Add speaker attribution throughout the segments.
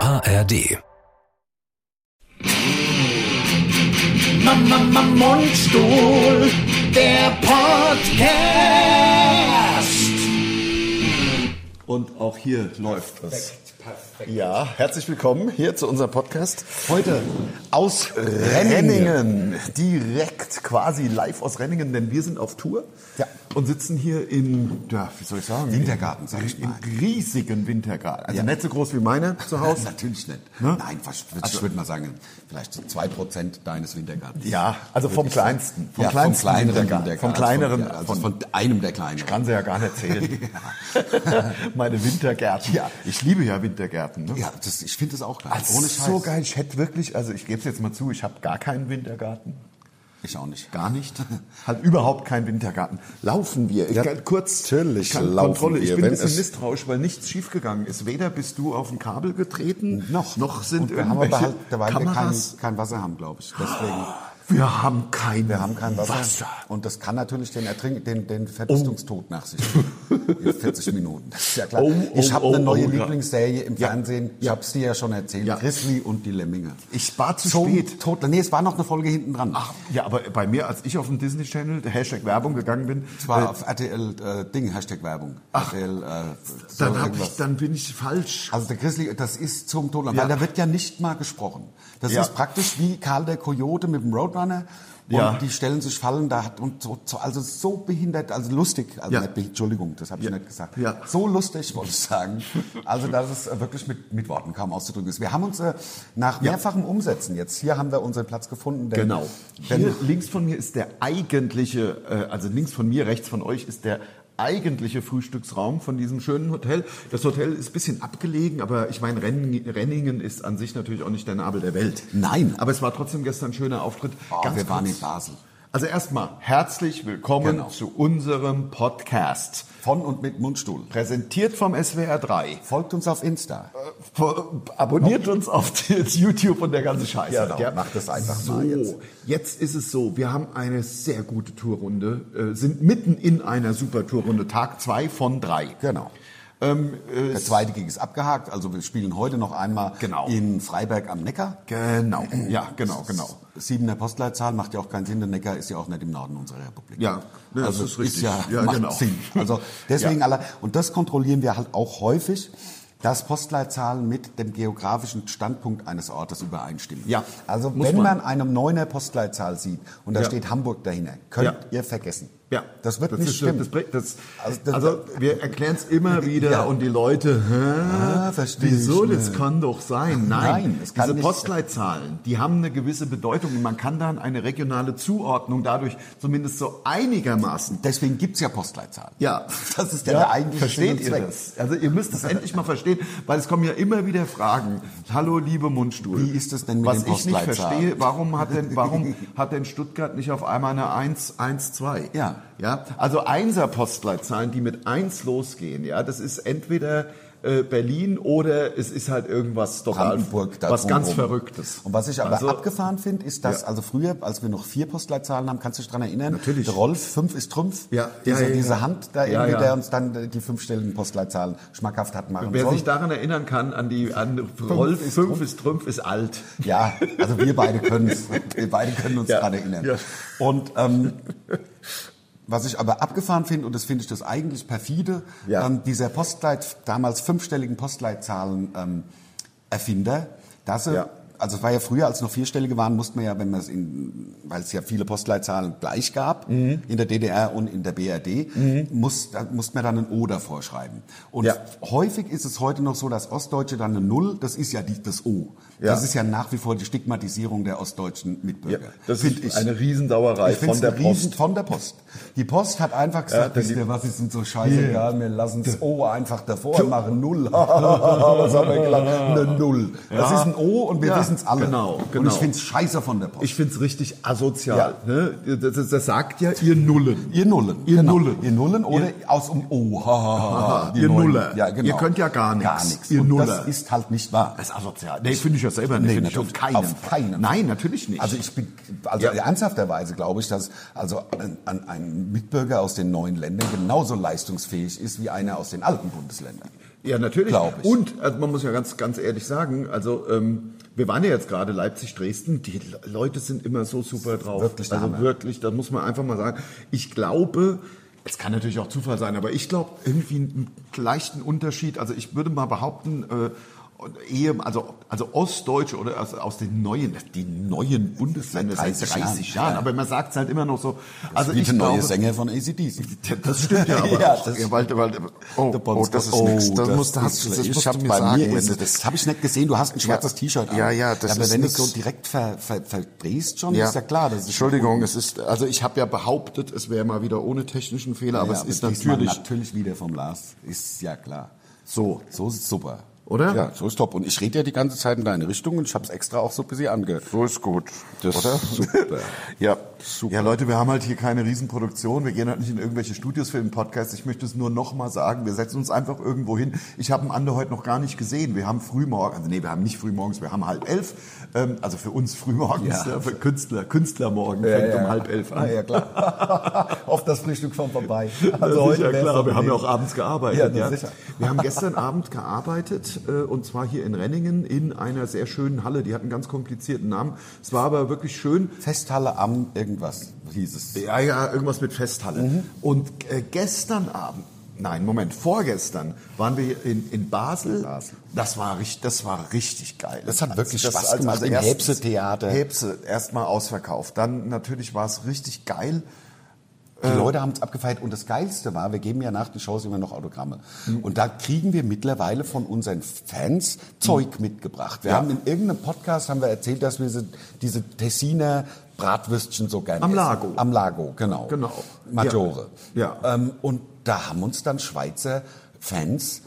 Speaker 1: ARD.
Speaker 2: Mama, Mama, Mundstuhl, der Podcast.
Speaker 3: Und auch hier läuft was.
Speaker 4: Ja, herzlich willkommen hier zu unserem Podcast.
Speaker 3: Heute aus Renningen.
Speaker 4: Renningen, direkt quasi live aus Renningen, denn wir sind auf Tour
Speaker 3: Ja.
Speaker 4: und sitzen hier im, ja, wie soll ich sagen,
Speaker 3: Wintergarten, sag ich
Speaker 4: im
Speaker 3: mal.
Speaker 4: riesigen Wintergarten. Also
Speaker 3: Ja.
Speaker 4: nicht so groß wie meine zu Hause.
Speaker 3: Natürlich nicht.
Speaker 4: Ne?
Speaker 3: Nein, fast,
Speaker 4: Also-
Speaker 3: ich würde mal sagen, vielleicht so 2% deines Wintergartens.
Speaker 4: Ja, also vom kleinsten, vom
Speaker 3: Ja,
Speaker 4: kleinsten
Speaker 3: vom kleineren
Speaker 4: Wintergarten,
Speaker 3: Wintergarten.
Speaker 4: vom kleineren,
Speaker 3: Von, ja, also
Speaker 4: von-
Speaker 3: von, einem der kleineren.
Speaker 4: Kann sie ja gar nicht zählen. meine Wintergärten.
Speaker 3: Ja.
Speaker 4: Ich liebe ja Wintergärten. Ne?
Speaker 3: Ja, das, ich finde das auch geil.
Speaker 4: Das ist so geil. Ich hätte wirklich, also ich gebe es jetzt mal zu, ich habe gar keinen Wintergarten.
Speaker 3: Ich auch nicht. Gar nicht?
Speaker 4: Hat überhaupt keinen Wintergarten. Laufen wir. Ich
Speaker 1: Ja,
Speaker 4: kann kurz
Speaker 1: natürlich
Speaker 4: ich kann
Speaker 1: laufen
Speaker 4: Kontrolle. Ich
Speaker 1: wir,
Speaker 4: bin ein
Speaker 1: wenn
Speaker 4: bisschen
Speaker 1: es-
Speaker 4: misstrauisch, weil nichts schiefgegangen ist. Weder bist du auf ein Kabel getreten,
Speaker 3: Noch.
Speaker 4: noch sind
Speaker 3: wir haben aber
Speaker 4: irgendwelche
Speaker 3: halt, weil
Speaker 4: Kameras.
Speaker 3: wir kein, kein Wasser haben, glaube ich. Deswegen.
Speaker 4: wir haben kein,
Speaker 3: Wir haben kein Wasser. Und das kann natürlich den, Ertrink den, den Verdurstungstod nach sich bringen. In 40 Minuten. Das ist ja klar.
Speaker 4: Oh, oh,
Speaker 3: ich habe
Speaker 4: oh,
Speaker 3: eine neue
Speaker 4: oh, ja.
Speaker 3: Lieblingsserie im
Speaker 4: Ja.
Speaker 3: Fernsehen. Ich
Speaker 4: Ja.
Speaker 3: habe es dir ja schon erzählt.
Speaker 4: Ja.
Speaker 3: Grizzly und die Lemminge.
Speaker 4: Ich war zu
Speaker 3: Zum
Speaker 4: spät.
Speaker 3: Tod. Nee, es war noch eine Folge hinten dran. Ach,
Speaker 4: Ja, aber bei mir, als ich auf den Disney Channel, der Hashtag Werbung gegangen bin,
Speaker 3: es war auf RTL äh, Ding, Hashtag Werbung. Ach, RTL, äh, so
Speaker 4: äh. dann, hab
Speaker 3: irgendwas.
Speaker 4: ich, dann bin ich falsch.
Speaker 3: Also der Grizzly, das ist zum Tod. Weil
Speaker 4: Ja.
Speaker 3: da wird ja nicht mal gesprochen. Das
Speaker 4: Ja.
Speaker 3: ist praktisch wie Karl der Kojote mit dem Roadrunner. Und
Speaker 4: Ja.
Speaker 3: die stellen sich Fallen da hat und so, so, also so behindert, also lustig, also
Speaker 4: Ja.
Speaker 3: nicht, behi- Entschuldigung, das habe ich
Speaker 4: Ja.
Speaker 3: nicht gesagt.
Speaker 4: Ja.
Speaker 3: So lustig wollte ich sagen. Also dass es äh, wirklich mit, mit Worten kaum auszudrücken ist. Wir haben uns äh, nach
Speaker 4: Ja.
Speaker 3: mehrfachem Umsetzen jetzt hier haben wir unseren Platz gefunden. Denn,
Speaker 4: Genau.
Speaker 3: Denn
Speaker 4: Hier links von mir ist der eigentliche, äh, also links von mir, rechts von euch ist der eigentliche Frühstücksraum von diesem schönen Hotel. Das Hotel ist ein bisschen abgelegen, aber ich meine, Renn- Renningen ist an sich natürlich auch nicht der Nabel der Welt.
Speaker 3: Nein.
Speaker 4: Aber es war trotzdem gestern ein schöner Auftritt.
Speaker 3: oh,
Speaker 4: Ganz
Speaker 3: wir waren
Speaker 4: kurz.
Speaker 3: in Basel.
Speaker 4: Also erstmal herzlich willkommen
Speaker 3: Genau.
Speaker 4: zu unserem Podcast.
Speaker 3: Von und mit Mundstuhl.
Speaker 4: Präsentiert vom SWR 3.
Speaker 3: Folgt uns auf Insta.
Speaker 4: Abonniert uns auf YouTube und der ganze Scheiß.
Speaker 3: Ja, genau. Macht das einfach
Speaker 4: so,
Speaker 3: mal jetzt.
Speaker 4: Jetzt ist es so, wir haben eine sehr gute Tourrunde, äh, sind mitten in einer super Tourrunde, Tag zwei von drei.
Speaker 3: Genau. der zweite Gig ist abgehakt, also wir spielen heute noch einmal
Speaker 4: Äh, Genau.
Speaker 3: in Freiberg am Neckar.
Speaker 4: Genau,
Speaker 3: Äh.
Speaker 4: ja, genau, genau.
Speaker 3: Siebener Postleitzahl macht ja auch keinen Sinn, der Neckar ist ja auch nicht im Norden unserer Republik. Also,
Speaker 4: Ja, ne, das ist richtig.
Speaker 3: ja,
Speaker 4: Ja,
Speaker 3: macht
Speaker 4: genau.
Speaker 3: Sinn. Also deswegen
Speaker 4: Ja.
Speaker 3: alle, und das kontrollieren wir halt auch häufig, dass Postleitzahlen mit dem geografischen Standpunkt eines Ortes übereinstimmen.
Speaker 4: Ja,
Speaker 3: also
Speaker 4: muss
Speaker 3: wenn
Speaker 4: man.
Speaker 3: man eine neuner Postleitzahl sieht und da
Speaker 4: Ja.
Speaker 3: steht Hamburg dahinter, könnt ihr vergessen.
Speaker 4: Ja,
Speaker 3: Das wird
Speaker 4: ist
Speaker 3: nicht
Speaker 4: so-
Speaker 3: stimmen.
Speaker 4: Das, bringt- das, also,
Speaker 3: Also das-
Speaker 4: wir erklären es immer wieder
Speaker 3: Ja.
Speaker 4: und die Leute, hä,
Speaker 3: Ah, versteh
Speaker 4: wieso,
Speaker 3: ich
Speaker 4: das
Speaker 3: nicht.
Speaker 4: kann doch sein. Nein,
Speaker 3: Nein, es kann
Speaker 4: diese
Speaker 3: nicht-
Speaker 4: Postleitzahlen, die haben eine gewisse Bedeutung und man kann dann eine regionale Zuordnung dadurch zumindest so einigermaßen
Speaker 3: Deswegen gibt's ja Postleitzahlen.
Speaker 4: Ja,
Speaker 3: Das ist ja der eigentliche
Speaker 4: Versteht
Speaker 3: Sinn
Speaker 4: ihr
Speaker 3: und Zweck.
Speaker 4: das? Also ihr müsst es endlich mal verstehen, weil es kommen ja immer wieder Fragen. Hallo, liebe Mundstuhl.
Speaker 3: Wie ist es denn mit
Speaker 4: Was
Speaker 3: den
Speaker 4: ich nicht
Speaker 3: Postleitzahlen?
Speaker 4: verstehe, warum hat denn, warum hat denn Stuttgart nicht auf einmal eine 1, 1, 2?
Speaker 3: Ja.
Speaker 4: ja? Also Einser Postleitzahlen, die mit 1 losgehen, ja, das ist entweder äh, Berlin oder es ist halt irgendwas total,
Speaker 3: Brandenburg da
Speaker 4: was ganz
Speaker 3: drumherum.
Speaker 4: Verrücktes.
Speaker 3: Und was ich aber
Speaker 4: Also-
Speaker 3: abgefahren finde, ist, dass
Speaker 4: Ja.
Speaker 3: also früher, als wir noch vier Postleitzahlen haben, kannst du dich dran erinnern?
Speaker 4: Natürlich.
Speaker 3: Der Rolf, fünf ist Trumpf.
Speaker 4: Ja,
Speaker 3: Diese,
Speaker 4: ja, ja,
Speaker 3: diese
Speaker 4: ja.
Speaker 3: Hand da
Speaker 4: Ja,
Speaker 3: irgendwie,
Speaker 4: ja.
Speaker 3: der uns dann die fünfstelligen Postleitzahlen schmackhaft hat machen
Speaker 4: Wer
Speaker 3: sollen.
Speaker 4: sich daran erinnern kann, an die an Rolf
Speaker 3: ist
Speaker 4: 5 ist Trümpf ist alt.
Speaker 3: Ja, also wir beide können es. Wir beide können uns
Speaker 4: Ja,
Speaker 3: dran erinnern.
Speaker 4: ja.
Speaker 3: Und ähm, was ich aber abgefahren finde, und das finde ich das eigentlich perfide,
Speaker 4: Ja.
Speaker 3: ähm, dieser Postleit, damals fünfstelligen Postleitzahlen ähm, Erfinder, dass er
Speaker 4: Ja.
Speaker 3: also es war ja früher, als noch vierstellige waren, musste man ja, wenn man es in, weil es ja viele Postleitzahlen gleich gab,
Speaker 4: Mhm.
Speaker 3: in der DDR und in der BRD, muss, da musste man dann ein O davor schreiben. Und
Speaker 4: Ja.
Speaker 3: häufig ist es heute noch so, dass Ostdeutsche dann eine Null, das ist ja die, das O.
Speaker 4: Ja.
Speaker 3: Das ist ja nach wie vor die Stigmatisierung der ostdeutschen
Speaker 4: Ja,
Speaker 3: Mitbürger.
Speaker 4: das
Speaker 3: Find
Speaker 4: ist eine Riesendauerei
Speaker 3: ich find's
Speaker 4: von der
Speaker 3: eine Riesen,
Speaker 4: Post.
Speaker 3: Von der Post. Die Post hat einfach gesagt,
Speaker 4: da
Speaker 3: wisst
Speaker 4: gibt-
Speaker 3: ihr was, ist uns so scheißegal, wir lassen das O einfach davor und machen Null. was haben wir gelacht? Eine Null. Das
Speaker 4: Ja.
Speaker 3: ist ein O und wir
Speaker 4: Ja.
Speaker 3: wissen's alle.
Speaker 4: Genau,
Speaker 3: Und
Speaker 4: genau.
Speaker 3: ich find's scheiße von der Post.
Speaker 4: Ich finde es richtig asozial. Ne? Das, das, das sagt ja ihr Nullen.
Speaker 3: ihr Nullen.
Speaker 4: Ihr
Speaker 3: genau.
Speaker 4: Nullen.
Speaker 3: Ihr Nullen oder aus dem O. Ha, ha, ha, ha, die
Speaker 4: Ihr
Speaker 3: Neuen.
Speaker 4: Nuller.
Speaker 3: Ja, genau.
Speaker 4: Ihr könnt ja gar nichts.
Speaker 3: Gar nichts.
Speaker 4: Ihr
Speaker 3: Und das
Speaker 4: Nuller.
Speaker 3: ist halt nicht wahr.
Speaker 4: Das ist asozial. Nee, finde ich ja selber nicht.
Speaker 3: Nee,
Speaker 4: Finde ich
Speaker 3: natürlich.
Speaker 4: auf keinen.
Speaker 3: Auf
Speaker 4: Fall.
Speaker 3: keinen.
Speaker 4: Nein, natürlich nicht.
Speaker 3: Also ich bin, also
Speaker 4: Ja.
Speaker 3: ernsthafterweise glaube ich, dass also ein, ein, ein Mitbürger aus den neuen Ländern genauso leistungsfähig ist wie einer aus den alten Bundesländern.
Speaker 4: Ja, natürlich.
Speaker 3: Glaub ich.
Speaker 4: Und also man muss ja ganz, ganz ehrlich sagen, also ähm, wir waren ja jetzt gerade Leipzig, Dresden, die Le- Leute sind immer so super drauf.
Speaker 3: Wirklich der
Speaker 4: also
Speaker 3: Hammer.
Speaker 4: wirklich, da muss man einfach mal sagen. Ich glaube, es kann natürlich auch Zufall sein, aber ich glaube irgendwie einen leichten Unterschied. Also ich würde mal behaupten, äh, ehe, also, also Ostdeutsche oder aus, aus den neuen, die neuen Bundesländer seit 30
Speaker 3: 30
Speaker 4: Jahren,
Speaker 3: Jahren, ja.
Speaker 4: aber man sagt es halt immer noch so. Also
Speaker 3: wie
Speaker 4: ich
Speaker 3: der neue
Speaker 4: glaube,
Speaker 3: Sänger von ACDC.
Speaker 4: das stimmt ja, aber
Speaker 3: Ja, das-
Speaker 4: ja, weil, weil, oh,
Speaker 3: Der Bon
Speaker 4: oh, das ist
Speaker 3: Scott.
Speaker 4: nix. Das,
Speaker 3: das
Speaker 4: musst, du- hast,
Speaker 3: ist
Speaker 4: das
Speaker 3: schlecht.
Speaker 4: musst
Speaker 3: ich
Speaker 4: du
Speaker 3: hab
Speaker 4: mir
Speaker 3: bei
Speaker 4: sagen.
Speaker 3: Mir
Speaker 4: wenn
Speaker 3: ist,
Speaker 4: du
Speaker 3: das habe ich nicht gesehen. Du hast ein schwarzes T-Shirt an.
Speaker 1: Ja, ja, das
Speaker 3: Aber
Speaker 1: ist
Speaker 3: wenn du
Speaker 1: nix.
Speaker 3: so direkt ver, ver, verdrehst schon,
Speaker 1: Ja.
Speaker 3: ist ja klar. Das ist
Speaker 4: Entschuldigung, es ist, also ich habe ja behauptet, es wäre mal wieder ohne technischen Fehler, aber
Speaker 3: ja,
Speaker 4: es ist
Speaker 3: diesmal
Speaker 4: natürlich
Speaker 3: natürlich wieder vom Lars. Ist ja klar.
Speaker 4: so.
Speaker 3: So ist super.
Speaker 4: Oder?
Speaker 1: Ja, so ist top. Und ich rede ja die ganze Zeit in deine Richtung und ich habe es extra auch so ein bisschen ange...
Speaker 4: So ist gut.
Speaker 1: Das
Speaker 4: oder?
Speaker 1: super.
Speaker 4: ja.
Speaker 1: Super.
Speaker 4: Ja, Leute, wir haben halt hier keine Riesenproduktion. Wir gehen halt nicht in irgendwelche Studios für den Podcast. Ich möchte es nur noch mal sagen. Wir setzen uns einfach irgendwo hin. Ich habe Ander heute noch gar nicht gesehen. Wir haben frühmorgens, also nee, wir haben nicht frühmorgens, wir haben halb elf. Ähm, also für uns frühmorgens,
Speaker 3: Ja.
Speaker 4: ja. für Künstler, Künstlermorgen fängt um halb elf an.
Speaker 3: ja, klar. Auf das Frühstück schon vorbei.
Speaker 4: Also das ist ja
Speaker 3: wär's
Speaker 4: klar, wir haben ja
Speaker 3: gewesen.
Speaker 4: auch abends
Speaker 3: Ja,
Speaker 4: gearbeitet.
Speaker 3: na
Speaker 4: Ja,
Speaker 3: sicher.
Speaker 4: Wir haben gestern Abend gearbeitet äh, und zwar hier in Renningen in einer sehr schönen Halle. Die hat einen ganz komplizierten Namen. Es war aber wirklich schön.
Speaker 3: Festhalle am irgendwas hieß es.
Speaker 4: Ja, ja, irgendwas mit Festhalle. Und äh, gestern Abend, nein, Moment, vorgestern waren wir in, in Basel.
Speaker 3: Basel.
Speaker 4: Das war richtig, das war richtig geil.
Speaker 3: Das hat wirklich Spaß
Speaker 4: also-
Speaker 3: gemacht,
Speaker 4: also
Speaker 3: im
Speaker 4: erstens-
Speaker 3: Hebse-Theater.
Speaker 4: Hebse, erstmal ausverkauft. Dann natürlich war es richtig geil.
Speaker 3: Die
Speaker 4: Äh.
Speaker 3: Leute haben es abgefeiert und das Geilste war, wir geben ja nach den Shows immer noch Autogramme. Und da kriegen wir mittlerweile von unseren Fans Zeug mitgebracht. Wir
Speaker 4: Mhm. Ja.
Speaker 3: haben in irgendeinem Podcast haben wir erzählt, dass wir diese, diese Tessiner Bratwürstchen so gerne
Speaker 4: Am
Speaker 3: essen.
Speaker 4: Lago.
Speaker 3: Am Lago, genau.
Speaker 4: Genau.
Speaker 3: Maggiore.
Speaker 4: Ja.
Speaker 3: Ähm, und da haben uns dann Schweizer Fans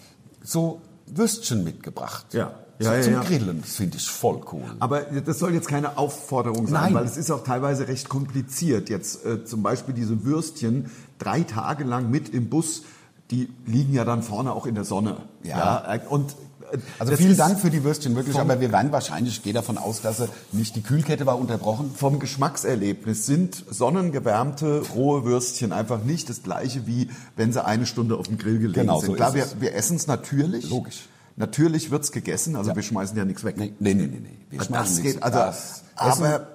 Speaker 3: so Würstchen mitgebracht.
Speaker 4: Ja.
Speaker 3: So
Speaker 4: Ja, ja,
Speaker 3: zum
Speaker 4: ja.
Speaker 3: Grillen. Das finde ich voll cool.
Speaker 4: Aber das soll jetzt keine Aufforderung sein,
Speaker 3: Nein.
Speaker 4: weil es ist auch teilweise recht kompliziert. Jetzt äh, zum Beispiel diese Würstchen drei Tage lang mit im Bus, die liegen ja dann vorne auch in der Sonne.
Speaker 3: Ja.
Speaker 4: äh, und äh,
Speaker 3: Also
Speaker 4: das
Speaker 3: vielen
Speaker 4: ist
Speaker 3: Dank für die Würstchen, wirklich.
Speaker 4: vom-
Speaker 3: Aber wir werden wahrscheinlich, ich gehe davon aus, dass sie nicht die Kühlkette war unterbrochen.
Speaker 4: Vom Geschmackserlebnis sind sonnengewärmte rohe Würstchen einfach nicht das gleiche wie wenn sie eine Stunde auf dem Grill gelegen
Speaker 3: Genau,
Speaker 4: sind.
Speaker 3: so
Speaker 4: Klar,
Speaker 3: ist
Speaker 4: wir,
Speaker 3: es.
Speaker 4: wir essen es natürlich.
Speaker 3: Logisch.
Speaker 4: Natürlich wird's gegessen, also wir schmeißen ja nichts weg.
Speaker 3: Nee, nee, nee, nee. nee. Wir
Speaker 4: Also
Speaker 3: schmeißen
Speaker 4: das
Speaker 3: nichts.
Speaker 4: geht, also,
Speaker 3: Das Essen-
Speaker 4: aber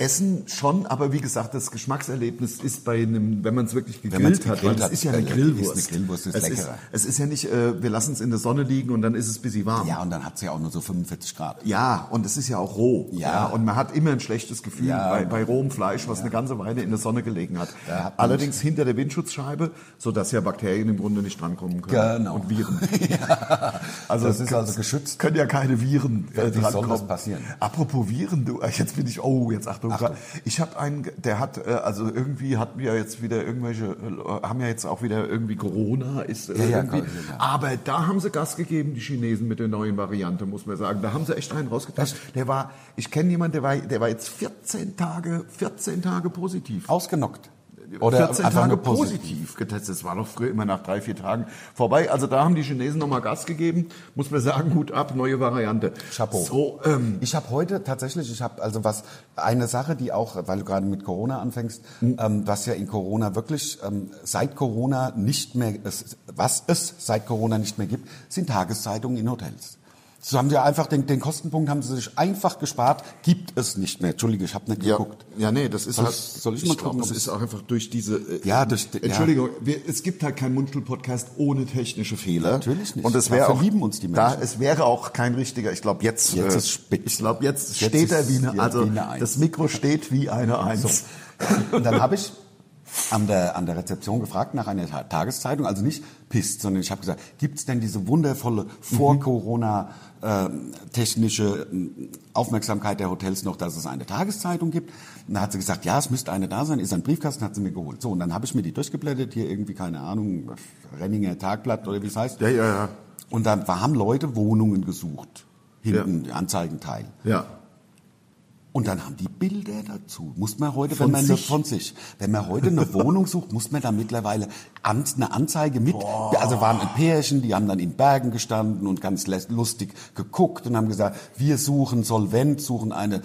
Speaker 4: Essen schon, aber wie gesagt, das Geschmackserlebnis ist bei einem, wenn man es wirklich
Speaker 3: Wenn man's
Speaker 4: gegrillt hat, weil
Speaker 3: gegrillt
Speaker 4: es
Speaker 3: hat,
Speaker 4: ist ja eine
Speaker 3: äh,
Speaker 4: Grillwurst.
Speaker 3: ist eine Grillwurst, ist
Speaker 4: es
Speaker 3: leckerer.
Speaker 4: Ist, es ist ja nicht, äh, wir lassen es in der Sonne liegen und dann ist es bis sie warm.
Speaker 3: ja, und dann hat es ja auch nur so 45 Grad.
Speaker 4: Ja, und es ist ja auch roh.
Speaker 3: Ja.
Speaker 4: Und man hat immer ein schlechtes Gefühl
Speaker 3: Ja.
Speaker 4: bei, bei rohem Fleisch, was eine ganze Weile in der Sonne gelegen hat.
Speaker 3: Da hat man-
Speaker 4: Allerdings hinter der Windschutzscheibe, sodass ja Bakterien im Grunde nicht drankommen können.
Speaker 3: Genau.
Speaker 4: Und Viren.
Speaker 3: Also das ist
Speaker 4: können-
Speaker 3: also geschützt.
Speaker 4: Können ja keine Viren äh,
Speaker 3: Wie soll
Speaker 4: drankommen.
Speaker 3: das passieren?
Speaker 4: Apropos Viren, du, äh, jetzt bin ich, oh, jetzt Achtung.
Speaker 3: Achtung.
Speaker 4: Ich habe einen, ge- der hat, äh, also irgendwie hatten wir jetzt wieder irgendwelche, äh, haben ja jetzt auch wieder irgendwie Corona, ist äh,
Speaker 3: ja,
Speaker 4: irgendwie,
Speaker 3: klar, ja.
Speaker 4: aber da haben sie Gas gegeben, die Chinesen mit der neuen Variante, muss man sagen. Da haben sie echt einen rausgetan. Der war, ich kenne jemanden, der war, der war jetzt 14 Tage, 14 Tage positiv.
Speaker 3: Ausgenockt. Oder
Speaker 4: 14
Speaker 3: einfach
Speaker 4: Tage
Speaker 3: nur positiv.
Speaker 4: positiv. getestet. Das war doch früher immer nach drei, vier Tagen vorbei. Also da haben die Chinesen nochmal Gas gegeben. Muss man sagen, Hut ab, neue Variante.
Speaker 3: Chapeau.
Speaker 4: So, ähm,
Speaker 3: Ich habe heute tatsächlich, ich habe also was, eine Sache, die auch, weil du gerade mit Corona anfängst, ähm, was ja in Corona wirklich ähm, seit Corona nicht mehr, es, was es seit Corona nicht mehr gibt, sind Tageszeitungen in Hotels. So haben sie einfach den, den Kostenpunkt haben sie sich einfach gespart, gibt es nicht mehr. Entschuldige, ich habe nicht
Speaker 4: ja,
Speaker 3: geguckt.
Speaker 4: ja, nee, das ist
Speaker 3: Soll
Speaker 4: halt,
Speaker 3: ich- soll ich mal gucken,
Speaker 4: Das
Speaker 3: ob
Speaker 4: ist auch einfach durch diese. äh,
Speaker 3: Ja, durch die- ja.
Speaker 4: Entschuldigung, wir, es gibt halt keinen Mundstuhl-Podcast ohne technische Fehler.
Speaker 3: Natürlich nicht.
Speaker 4: Und es wäre
Speaker 3: Dafür
Speaker 4: auch
Speaker 3: lieben uns die
Speaker 4: Da,
Speaker 3: Menschen.
Speaker 4: es wäre auch kein richtiger. Ich glaube jetzt.
Speaker 3: Jetzt
Speaker 4: äh,
Speaker 3: ist spitz.
Speaker 4: Ich glaube jetzt,
Speaker 3: Jetzt
Speaker 4: steht er
Speaker 3: ist-
Speaker 4: wie eine.
Speaker 3: ja,
Speaker 4: Also
Speaker 3: wie eine Eins.
Speaker 4: das Mikro steht wie eine Eins.
Speaker 3: Und dann habe ich an der, an der Rezeption gefragt nach einer Ta- Tageszeitung, also nicht pisst, sondern ich habe gesagt, gibt es denn diese wundervolle
Speaker 4: Mhm.
Speaker 3: vor-Corona-technische ähm, Aufmerksamkeit der Hotels noch, dass es eine Tageszeitung gibt? Und da hat sie gesagt, ja, es müsste eine da sein, ist ein Briefkasten, hat sie mir geholt. So, und dann habe ich mir die durchgeblättert, hier irgendwie, keine Ahnung, Renninger Tagblatt oder wie es heißt.
Speaker 4: Ja, ja, ja.
Speaker 3: Und dann haben Leute Wohnungen gesucht, hinten, Anzeigenteil.
Speaker 4: Ja.
Speaker 3: Und dann haben die Bilder dazu. Muss man heute,
Speaker 4: Von
Speaker 3: wenn man
Speaker 4: sich?
Speaker 3: eine, von sich, wenn man heute eine Wohnung sucht, muss man da mittlerweile an, eine Anzeige mit. Also waren ein Pärchen, die haben dann in Bergen gestanden und ganz les- lustig geguckt und haben gesagt, wir suchen Solvent, suchen eine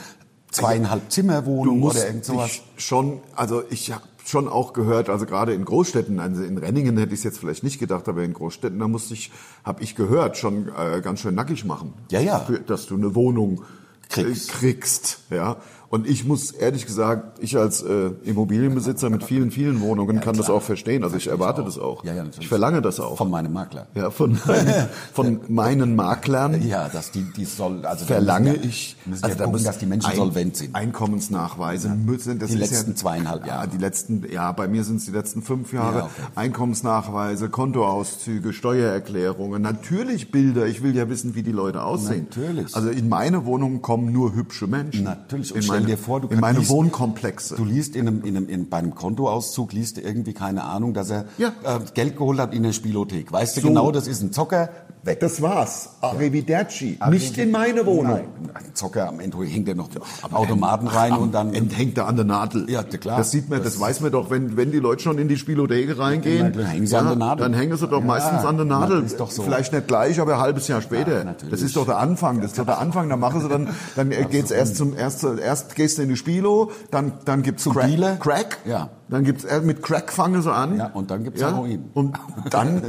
Speaker 3: zweieinhalb Zimmer
Speaker 4: Du
Speaker 3: Wohnung
Speaker 4: musst
Speaker 3: oder irgend sowas.
Speaker 4: dich schon, also ich habe schon auch gehört, also gerade in Großstädten, also in Renningen hätte ich es jetzt vielleicht nicht gedacht, aber in Großstädten, da musste ich, habe ich gehört, schon äh, ganz schön nackig machen.
Speaker 3: Ja, ja.
Speaker 4: Für, dass du eine Wohnung kriegst.
Speaker 3: Kriegst.
Speaker 4: Äh, kriegst ja. Und ich muss ehrlich gesagt, ich als äh, Immobilienbesitzer mit vielen, vielen Wohnungen kann das auch verstehen. Also ich erwarte das auch.
Speaker 3: Ja, ja, natürlich.
Speaker 4: ich verlange das auch.
Speaker 3: Von meinem Makler.
Speaker 4: ja, von, meinen- von meinen Maklern.
Speaker 3: Ja, dass die, die soll, also wir
Speaker 4: verlange
Speaker 3: müssen ja-
Speaker 4: ich,
Speaker 3: müssen also ja gucken,
Speaker 4: muss
Speaker 3: dass die Menschen
Speaker 4: Ein-
Speaker 3: solvent sind.
Speaker 4: Einkommensnachweise müssen das
Speaker 3: Die
Speaker 4: ist
Speaker 3: letzten zweieinhalb
Speaker 4: Ja,
Speaker 3: Jahre.
Speaker 4: die letzten, ja, bei mir sind es die letzten fünf Jahre.
Speaker 3: Ja, okay.
Speaker 4: Einkommensnachweise, Kontoauszüge, Steuererklärungen, natürlich Bilder. Ich will ja wissen, wie die Leute aussehen.
Speaker 3: Natürlich.
Speaker 4: Also in meine Wohnung kommen nur hübsche Menschen.
Speaker 3: Natürlich. Und
Speaker 4: In
Speaker 3: stell
Speaker 4: meine,
Speaker 3: dir vor, du
Speaker 4: in meine
Speaker 3: liest-
Speaker 4: Wohnkomplexe.
Speaker 3: Du liest in einem, in einem, in, bei einem Kontoauszug, liest du irgendwie, keine Ahnung, dass er
Speaker 4: Ja.
Speaker 3: äh, Geld geholt hat in der Spielothek. Weißt du
Speaker 4: So.
Speaker 3: genau, das ist ein Zocker, weg.
Speaker 4: das war's. Arrivederci. Nicht in meine Wohnung.
Speaker 3: Nein, ein Zocker, am Ende hängt er noch am Automaten rein und dann...
Speaker 4: enthängt er an der Nadel.
Speaker 3: Äh, Ja, klar.
Speaker 4: Das sieht man, das,
Speaker 3: Das-
Speaker 4: weiß man doch, wenn, wenn die Leute schon in die Spielotheke reingehen,
Speaker 3: Dann hängen sie an der Nadel.
Speaker 4: dann hängen sie doch
Speaker 3: Ja,
Speaker 4: meistens an der
Speaker 3: na,
Speaker 4: Nadel.
Speaker 3: ist doch so.
Speaker 4: Vielleicht nicht gleich, aber ein halbes Jahr später.
Speaker 3: Ja, natürlich.
Speaker 4: das ist doch der Anfang, das ist doch der Anfang, dann machen sie dann, dann geht's erst zum, erst, erst gehst du in die Spilo, dann, dann gibt's Crack,
Speaker 3: Dealer.
Speaker 4: Crack.
Speaker 3: Ja.
Speaker 4: Dann gibt's, äh, mit Crack fangen sie an.
Speaker 3: Ja, und dann gibt's Heroin.
Speaker 4: Und dann, äh,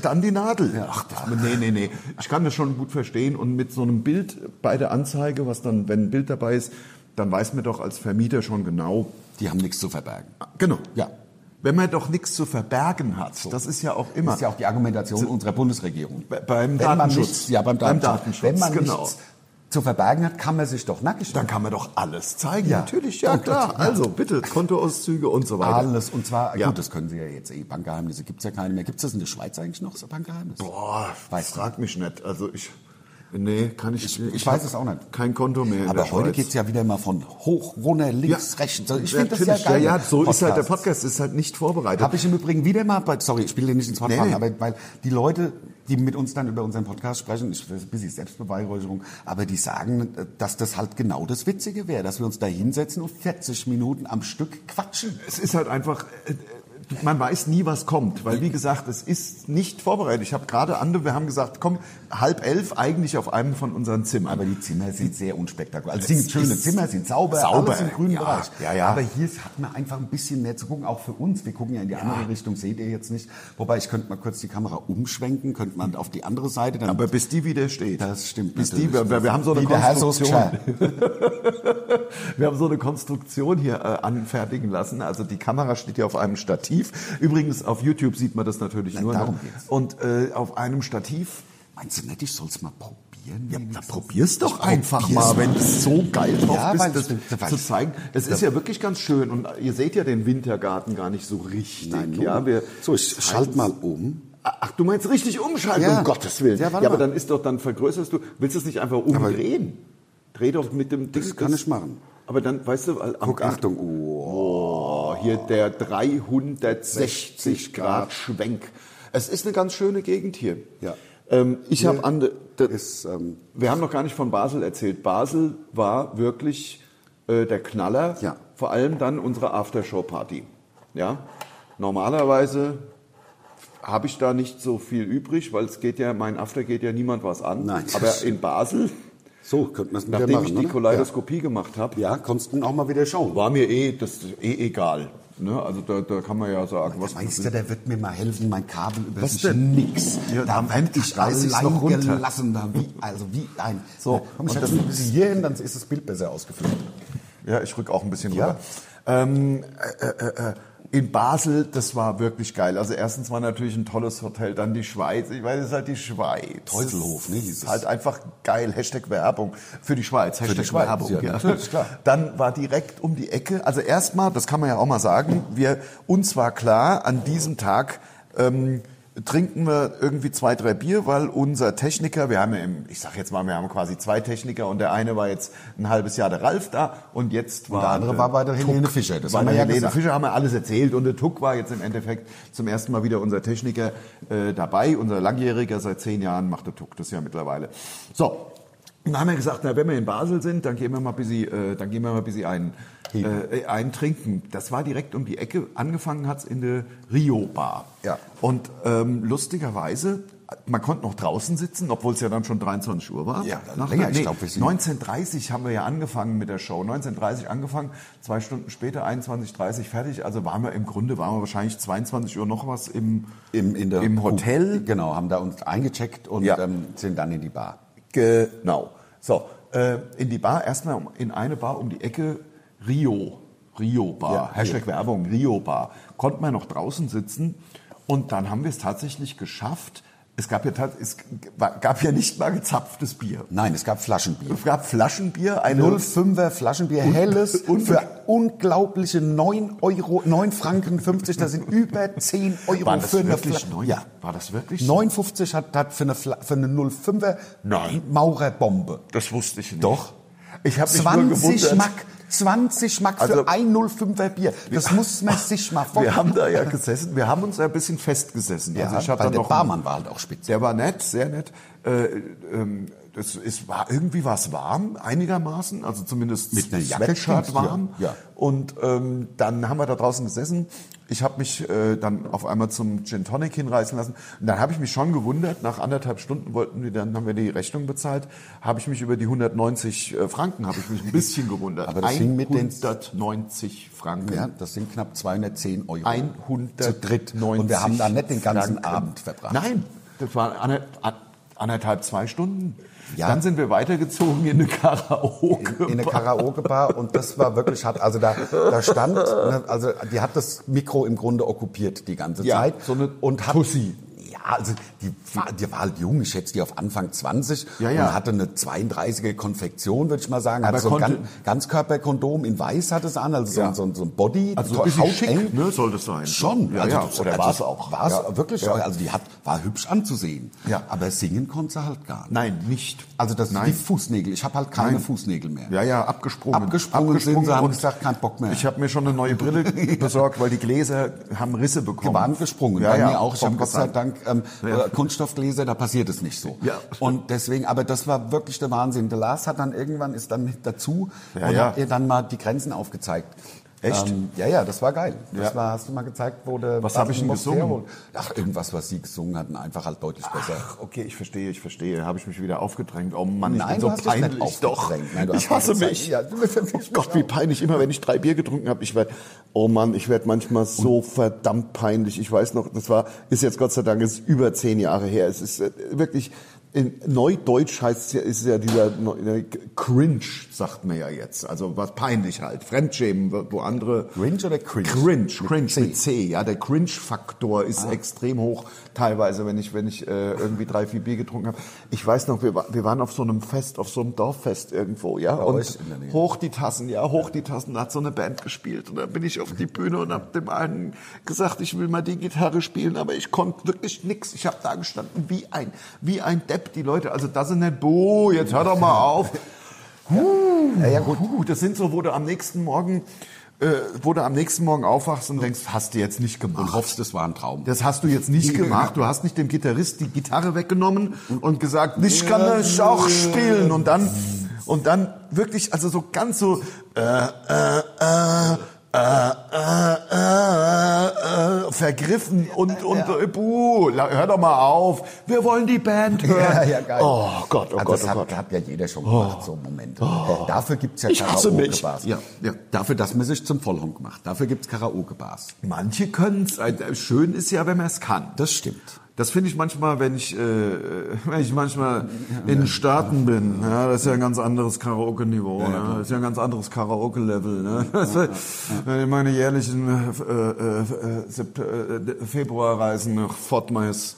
Speaker 4: dann die Nadel. Ach, das, nee, nee, nee. Ich kann das schon gut verstehen. Und mit so einem Bild bei der Anzeige, was dann, wenn ein Bild dabei ist, dann weiß man doch als Vermieter schon genau.
Speaker 3: die haben nichts zu verbergen.
Speaker 4: Genau.
Speaker 3: Ja.
Speaker 4: Wenn man doch nichts zu verbergen hat, das ist ja auch immer.
Speaker 3: Das ist ja auch die Argumentation unserer Bundesregierung.
Speaker 4: Be- beim
Speaker 3: Wenn man
Speaker 4: Datenschutz.
Speaker 3: nichts- ja, beim
Speaker 4: Beim
Speaker 3: Datenschutz.
Speaker 4: Datenschutz,
Speaker 3: Wenn man
Speaker 4: genau.
Speaker 3: nichts zu verbergen hat, kann man sich doch nackig
Speaker 4: dann kann man doch alles zeigen.
Speaker 3: Ja.
Speaker 4: Natürlich, ja
Speaker 3: Und-
Speaker 4: klar.
Speaker 3: ja.
Speaker 4: Also bitte, Kontoauszüge und so weiter.
Speaker 3: Alles, und zwar,
Speaker 4: Ja.
Speaker 3: gut, das können Sie ja jetzt eh, Bankgeheimnisse gibt's ja keine mehr. Gibt's das in der Schweiz eigentlich noch, so Bankgeheimnisse?
Speaker 4: Boah,
Speaker 3: Weißt du?
Speaker 4: frag mich nicht. Also ich, nee, kann ich.
Speaker 3: Ich, weiß es auch nicht.
Speaker 4: Kein Konto mehr. in
Speaker 3: Aber
Speaker 4: der
Speaker 3: heute
Speaker 4: Schweiz.
Speaker 3: geht's ja wieder mal von hoch, runter, links, rechts. Also ich finde das ja
Speaker 4: Natürlich,
Speaker 3: geil.
Speaker 4: Ja, ja, so ist halt der
Speaker 3: Podcast.
Speaker 4: Podcast, ist halt nicht vorbereitet.
Speaker 3: Habe ich im Übrigen wieder mal, bei, sorry, ich will dir nicht ins Wort
Speaker 4: Nee,
Speaker 3: fallen,
Speaker 4: nee.
Speaker 3: aber weil die Leute, die mit uns dann über unseren Podcast sprechen, ich das ist ein bisschen Selbstbeweihräucherung, aber die sagen, dass das halt genau das Witzige wäre, dass wir uns da hinsetzen und 40 Minuten am Stück quatschen.
Speaker 4: es ist halt einfach, äh, man weiß nie, was kommt, weil wie gesagt, es ist nicht vorbereitet. Ich habe gerade andere, wir haben gesagt, komm, halb elf eigentlich auf einem von unseren Zimmern.
Speaker 3: Aber die Zimmer sind sehr unspektakulär. Also sind
Speaker 4: Hm. Es
Speaker 3: schöne
Speaker 4: ist
Speaker 3: Zimmer, sind sauber,
Speaker 4: sauber,
Speaker 3: alles im grünen
Speaker 4: ja,
Speaker 3: Bereich.
Speaker 4: ja, ja.
Speaker 3: Aber hier hat man einfach ein bisschen mehr zu gucken, auch für uns. Wir gucken ja in die andere Richtung, seht ihr jetzt nicht. Wobei, ich könnte mal kurz die Kamera umschwenken, könnte man auf die andere Seite. Dann
Speaker 4: aber bis die wieder steht.
Speaker 3: das stimmt
Speaker 4: Bis die,
Speaker 3: natürlich.
Speaker 4: wir, wir haben so eine
Speaker 3: Wie der Herr
Speaker 4: Konstruktion.
Speaker 3: Soskar.
Speaker 4: Wir haben so eine Konstruktion hier äh, anfertigen lassen. Also die Kamera steht ja auf einem Stativ. Übrigens auf YouTube sieht man das natürlich nur
Speaker 3: darum
Speaker 4: noch.
Speaker 3: geht's.
Speaker 4: Und äh, auf einem Stativ
Speaker 3: Meinst du nicht, ich soll's mal probieren?
Speaker 4: Ja,
Speaker 3: wenigstens?
Speaker 4: da probier's doch
Speaker 3: Ich
Speaker 4: einfach
Speaker 3: probier's
Speaker 4: mal, wenn du so geil drauf
Speaker 3: Ja, weil
Speaker 4: bist,
Speaker 3: ich-
Speaker 4: das
Speaker 3: weil
Speaker 4: zu
Speaker 3: ich-
Speaker 4: zeigen. Das ist ja wirklich ganz schön und ihr seht ja den Wintergarten gar nicht so richtig.
Speaker 3: Nein,
Speaker 4: ja, wir
Speaker 3: so, ich schalte mal um.
Speaker 4: Ach, du meinst richtig umschalten,
Speaker 3: Ja.
Speaker 4: um Gottes Willen.
Speaker 3: Ja,
Speaker 4: Ja,
Speaker 3: warte
Speaker 4: aber
Speaker 3: mal.
Speaker 4: dann ist doch, dann vergrößerst du, willst du es nicht einfach umdrehen? Dreh doch mit dem Ding.
Speaker 3: Das kann ich machen.
Speaker 4: Aber dann, weißt du, weil am
Speaker 3: Guck,
Speaker 4: Ende-
Speaker 3: Achtung. Oh.
Speaker 4: Oh, hier der 360 Grad Schwenk. Es ist eine ganz schöne Gegend hier.
Speaker 3: Ja.
Speaker 4: Ähm, ich habe an
Speaker 3: Ist, ähm,
Speaker 4: wir haben noch gar nicht von Basel erzählt. Basel war wirklich äh, der Knaller.
Speaker 3: Ja.
Speaker 4: Vor allem dann unsere Aftershow-Party. Ja? Normalerweise habe ich da nicht so viel übrig, weil es geht ja, mein After geht ja niemand was an.
Speaker 3: Nein.
Speaker 4: Aber in Basel,
Speaker 3: so, könnte man es wieder
Speaker 4: nachdem
Speaker 3: machen,
Speaker 4: ich die
Speaker 3: oder?
Speaker 4: Kaleidoskopie gemacht habe,
Speaker 3: Ja, ja konntest du auch mal wieder schauen.
Speaker 4: war mir eh, das ist eh egal. Ne? Also da, da kann man ja sagen, was man
Speaker 3: Weißt du, der wird mir mal helfen, mein Kabel über
Speaker 4: Was
Speaker 3: sich
Speaker 4: denn?
Speaker 3: nix.
Speaker 4: Ja,
Speaker 3: da
Speaker 4: dann
Speaker 3: werd ich
Speaker 4: reiß ich's
Speaker 3: allein
Speaker 4: noch runter.
Speaker 3: gelassen, da wie, also wie ein.
Speaker 4: So,
Speaker 3: Na, komm, ich
Speaker 4: und
Speaker 3: setz
Speaker 4: das-
Speaker 3: ein bisschen hier hin, dann ist das Bild besser ausgeführt.
Speaker 4: Ja, ich rück auch ein bisschen
Speaker 3: Ja.
Speaker 4: rüber. Ähm, äh, äh, äh, in Basel, das war wirklich geil. Also erstens war natürlich ein tolles Hotel, dann die Schweiz. Ich meine, es ist halt die Schweiz.
Speaker 3: Teutelhof, ne, hieß
Speaker 4: Ist
Speaker 3: es.
Speaker 4: halt einfach geil. Hashtag Werbung für die Schweiz. Hashtag
Speaker 3: Schweiz,
Speaker 4: Werbung.
Speaker 3: ja, natürlich, klar.
Speaker 4: Dann war direkt um die Ecke. Also erstmal, das kann man ja auch mal sagen. Wir uns war klar, an diesem Tag. Ähm, Trinken wir irgendwie zwei, drei Bier, weil unser Techniker, wir haben ja, im, ich sag jetzt mal, wir haben quasi zwei Techniker und der eine war jetzt ein halbes Jahr der Ralf da und jetzt war
Speaker 3: Der andere
Speaker 4: äh,
Speaker 3: war bei der Helene Fischer, das
Speaker 4: bei
Speaker 3: haben wir
Speaker 4: der
Speaker 3: ja
Speaker 4: Helene
Speaker 3: gesagt.
Speaker 4: Fischer haben wir alles erzählt und der Tuck war jetzt im Endeffekt zum ersten Mal wieder unser Techniker äh, dabei, unser Langjähriger seit zehn Jahren macht der Tuck das ja mittlerweile. So, Und dann haben wir gesagt, na, wenn wir in Basel sind, dann gehen wir mal ein bisschen, äh, dann gehen wir mal ein bisschen ein, äh, ein trinken. Das war direkt um die Ecke. Angefangen hat's in der Rio-Bar.
Speaker 3: Ja.
Speaker 4: Und ähm, lustigerweise, man konnte noch draußen sitzen, obwohl es ja dann schon 23 Uhr war.
Speaker 3: Ja, länger, ich glaub, wir sind-
Speaker 4: 19.30 haben wir ja angefangen mit der Show. 19.30 angefangen, zwei Stunden später, 21.30 fertig. Also waren wir im Grunde, waren wir wahrscheinlich 22 Uhr noch was im,
Speaker 3: Im, in der
Speaker 4: im Hotel.
Speaker 3: Genau, haben da uns eingecheckt und
Speaker 4: Ja.
Speaker 3: ähm, sind dann in die Bar.
Speaker 4: Genau. So, äh, in die Bar, erstmal um, in eine Bar um die Ecke, Rio. Rio Bar.
Speaker 3: Ja,
Speaker 4: Hashtag Werbung, Rio Bar. Konnten wir noch draußen sitzen und dann haben wir es tatsächlich geschafft. Es gab ja, tat- es war- gab ja nicht mal gezapftes Bier.
Speaker 3: Nein, es gab Flaschenbier.
Speaker 4: Es gab Flaschenbier, eine
Speaker 3: 05er Flaschenbier, helles,
Speaker 4: und-
Speaker 3: für unglaubliche 9 Euro, 9 Franken 50, das sind über 10 Euro
Speaker 4: War das
Speaker 3: für eine
Speaker 4: wirklich
Speaker 3: Flasche.
Speaker 4: neu?
Speaker 3: Ja.
Speaker 4: War das wirklich so?
Speaker 3: 59 hat, hat für eine, Fla für eine 05er
Speaker 4: Nein.
Speaker 3: Maurerbombe.
Speaker 4: Das wusste ich nicht.
Speaker 3: Doch.
Speaker 4: Ich habe mich nur
Speaker 3: 20
Speaker 4: gewundert.
Speaker 3: Mack, 20 Mack
Speaker 4: Also-
Speaker 3: für ein 05er Bier. Das muss man sich mal
Speaker 4: Wir
Speaker 3: vorstellen.
Speaker 4: haben da ja gesessen, wir haben uns ja ein bisschen festgesessen. Also
Speaker 3: Ja,
Speaker 4: ich hab
Speaker 3: weil
Speaker 4: dann
Speaker 3: der
Speaker 4: noch-
Speaker 3: Barmann war halt auch spitze.
Speaker 4: Der war nett, sehr nett. Äh, ähm, das ist, war irgendwie war es warm, einigermaßen, also zumindest
Speaker 3: Mit einer Jacke
Speaker 4: Sweatshirt
Speaker 3: stimmt's,
Speaker 4: warm.
Speaker 3: ja, ja.
Speaker 4: Und ähm, dann haben wir da draußen gesessen. Ich habe mich äh, dann auf einmal zum Gin Tonic hinreißen lassen. Und dann habe ich mich schon gewundert. Nach anderthalb Stunden wollten wir, dann haben wir die Rechnung bezahlt. Habe ich mich über die 190 äh, Franken habe ich mich ein bisschen gewundert.
Speaker 3: Aber das hing mit den-
Speaker 4: 190 Franken.
Speaker 3: Ja, das sind knapp 210 Euro.
Speaker 4: 100
Speaker 3: Zu dritt. Und wir haben da nicht den ganzen Abend verbracht.
Speaker 4: Nein, das waren ander- a- anderthalb, zwei Stunden.
Speaker 3: Ja.
Speaker 4: Dann sind wir weitergezogen in eine Karaoke.
Speaker 3: in eine Karaoke-Bar und das war wirklich hart. Also da, da stand, ne, also die hat das Mikro im Grunde okkupiert die ganze
Speaker 4: Ja,
Speaker 3: Zeit.
Speaker 4: so eine
Speaker 3: und hat,
Speaker 4: Tussi.
Speaker 3: Ja, also die, war- die war halt jung, ich schätze die auf Anfang 20
Speaker 4: Ja, ja.
Speaker 3: und hatte eine 32er Konfektion, würde ich mal sagen.
Speaker 4: Aber
Speaker 3: Hat so ein
Speaker 4: konnte-
Speaker 3: Gan Ganzkörperkondom in weiß hatte es an, also so,
Speaker 4: Ja.
Speaker 3: ein- so, ein- so ein Body,
Speaker 4: also
Speaker 3: to-
Speaker 4: ein bisschen
Speaker 3: hauteng.
Speaker 4: schick, ne, soll das sein.
Speaker 3: Schon,
Speaker 4: ja,
Speaker 3: also,
Speaker 4: ja. oder war es auch.
Speaker 3: War es
Speaker 4: ja.
Speaker 3: wirklich,
Speaker 4: Ja.
Speaker 3: also die hat, war hübsch anzusehen.
Speaker 4: Ja.
Speaker 3: Aber singen konnte sie halt gar nicht.
Speaker 4: Nein, nicht.
Speaker 3: Also das
Speaker 4: Nein.
Speaker 3: die Fußnägel, ich habe halt keine
Speaker 4: Nein.
Speaker 3: Fußnägel mehr.
Speaker 4: Ja, ja, abgesprungen.
Speaker 3: Abgesprungen sind sie, haben
Speaker 4: und
Speaker 3: gesagt, kein Bock mehr.
Speaker 4: Ich habe mir schon eine neue Brille besorgt, weil die Gläser haben Risse bekommen.
Speaker 3: Die waren gesprungen,
Speaker 4: Ja,
Speaker 3: bei
Speaker 4: ja,
Speaker 3: mir auch. Ich habe
Speaker 4: vom
Speaker 3: Gott sei
Speaker 4: Gesang.
Speaker 3: Dank ähm,
Speaker 4: Ja.
Speaker 3: äh, Kunststoffgläser, da passiert es nicht so.
Speaker 4: Ja.
Speaker 3: Und deswegen, aber das war wirklich der Wahnsinn. Der Lars hat dann irgendwann, ist dann mit dazu
Speaker 4: Ja,
Speaker 3: und
Speaker 4: ja.
Speaker 3: hat ihr dann mal die Grenzen aufgezeigt.
Speaker 4: Echt?
Speaker 3: Ähm, ja, ja, das war geil. Das
Speaker 4: Ja.
Speaker 3: war, hast du mal gezeigt, wo der
Speaker 4: Was hab ich denn
Speaker 3: Mostero-
Speaker 4: gesungen?
Speaker 3: Ach, irgendwas, was sie gesungen hatten, einfach halt deutlich besser.
Speaker 4: Ach, okay, ich verstehe, ich verstehe. Habe ich mich wieder aufgedrängt. Oh Mann, ich bin
Speaker 3: Nein, du
Speaker 4: so
Speaker 3: hast dich nicht
Speaker 4: peinlich. doch.
Speaker 3: aufgedrängt. Nein, du hast
Speaker 4: ich hasse
Speaker 3: gezeigt.
Speaker 4: mich.
Speaker 3: Ja,
Speaker 4: oh Gott, wie peinlich. Immer wenn ich drei Bier getrunken habe, ich werde, oh Mann, ich werde manchmal so verdammt peinlich. Ich weiß noch, das war, ist jetzt Gott sei Dank, ist über zehn Jahre her. Es ist äh, wirklich, in Neudeutsch heißt es ja, ist es ja dieser Neu- ne, Cringe, sagt man ja jetzt. Also was peinlich halt. Fremdschämen, wo- wo andere.
Speaker 3: Cringe oder cringe?
Speaker 4: Cringe, Cringe mit C. Ja, der Cringe-Faktor ist
Speaker 3: Ah.
Speaker 4: extrem hoch. Teilweise, wenn ich, wenn ich äh, irgendwie drei, vier Bier getrunken habe. Ich weiß noch, wir, wa- wir waren auf so einem Fest, auf so einem Dorffest irgendwo, ja.
Speaker 3: euch
Speaker 4: Und
Speaker 3: in der Nähe.
Speaker 4: hoch die Tassen, ja, hoch die Tassen. Da hat so eine Band gespielt und dann bin ich auf die Bühne und hab dem einen gesagt, ich will mal die Gitarre spielen, aber ich konnte wirklich nix. Ich habe da gestanden wie ein, wie ein Depp. Die Leute, also das sind nicht, boh, jetzt hör doch mal auf. Huh, ja, gut. Huh, Uh. das sind so, wo du am nächsten Morgen, äh, wo du am nächsten Morgen aufwachst und denkst, hast du jetzt nicht
Speaker 3: Und
Speaker 4: gemacht.
Speaker 3: hoffst, es war ein Traum.
Speaker 4: Das hast du jetzt nicht gemacht. Du hast nicht dem Gitarrist die Gitarre weggenommen und gesagt, ich kann das auch spielen. Und dann, und dann wirklich, also so ganz so, äh, äh, äh, äh, äh, äh, vergriffen und, und, äh, buh, la- hör doch mal auf. Wir wollen die Band hören.
Speaker 3: Ja, ja, geil.
Speaker 4: Oh Gott, oh
Speaker 3: also
Speaker 4: Gott,
Speaker 3: das
Speaker 4: oh
Speaker 3: hat,
Speaker 4: Gott. Oh.
Speaker 3: hat ja jeder schon gemacht, so Momente. Dafür gibt's ja
Speaker 4: Ich hasse mich.
Speaker 3: Karaoke-Bars.
Speaker 4: Ja, ja.
Speaker 3: Dafür, dass man sich zum Vollhorn gemacht. Dafür gibt's Karaoke-Bars.
Speaker 4: Manche können's. Ein- Schön ist ja, wenn man es kann.
Speaker 3: Das stimmt.
Speaker 4: Das finde ich manchmal, wenn ich, äh, wenn ich manchmal in den Staaten bin. Ja, das ist ja ein ganz anderes Karaoke-Niveau. ne? Das ist ja ein ganz anderes Karaoke-Level. Ne? Das wird- Wenn ich meine jährlichen äh, äh, äh, Sept- äh, Februarreisen nach Fort Myers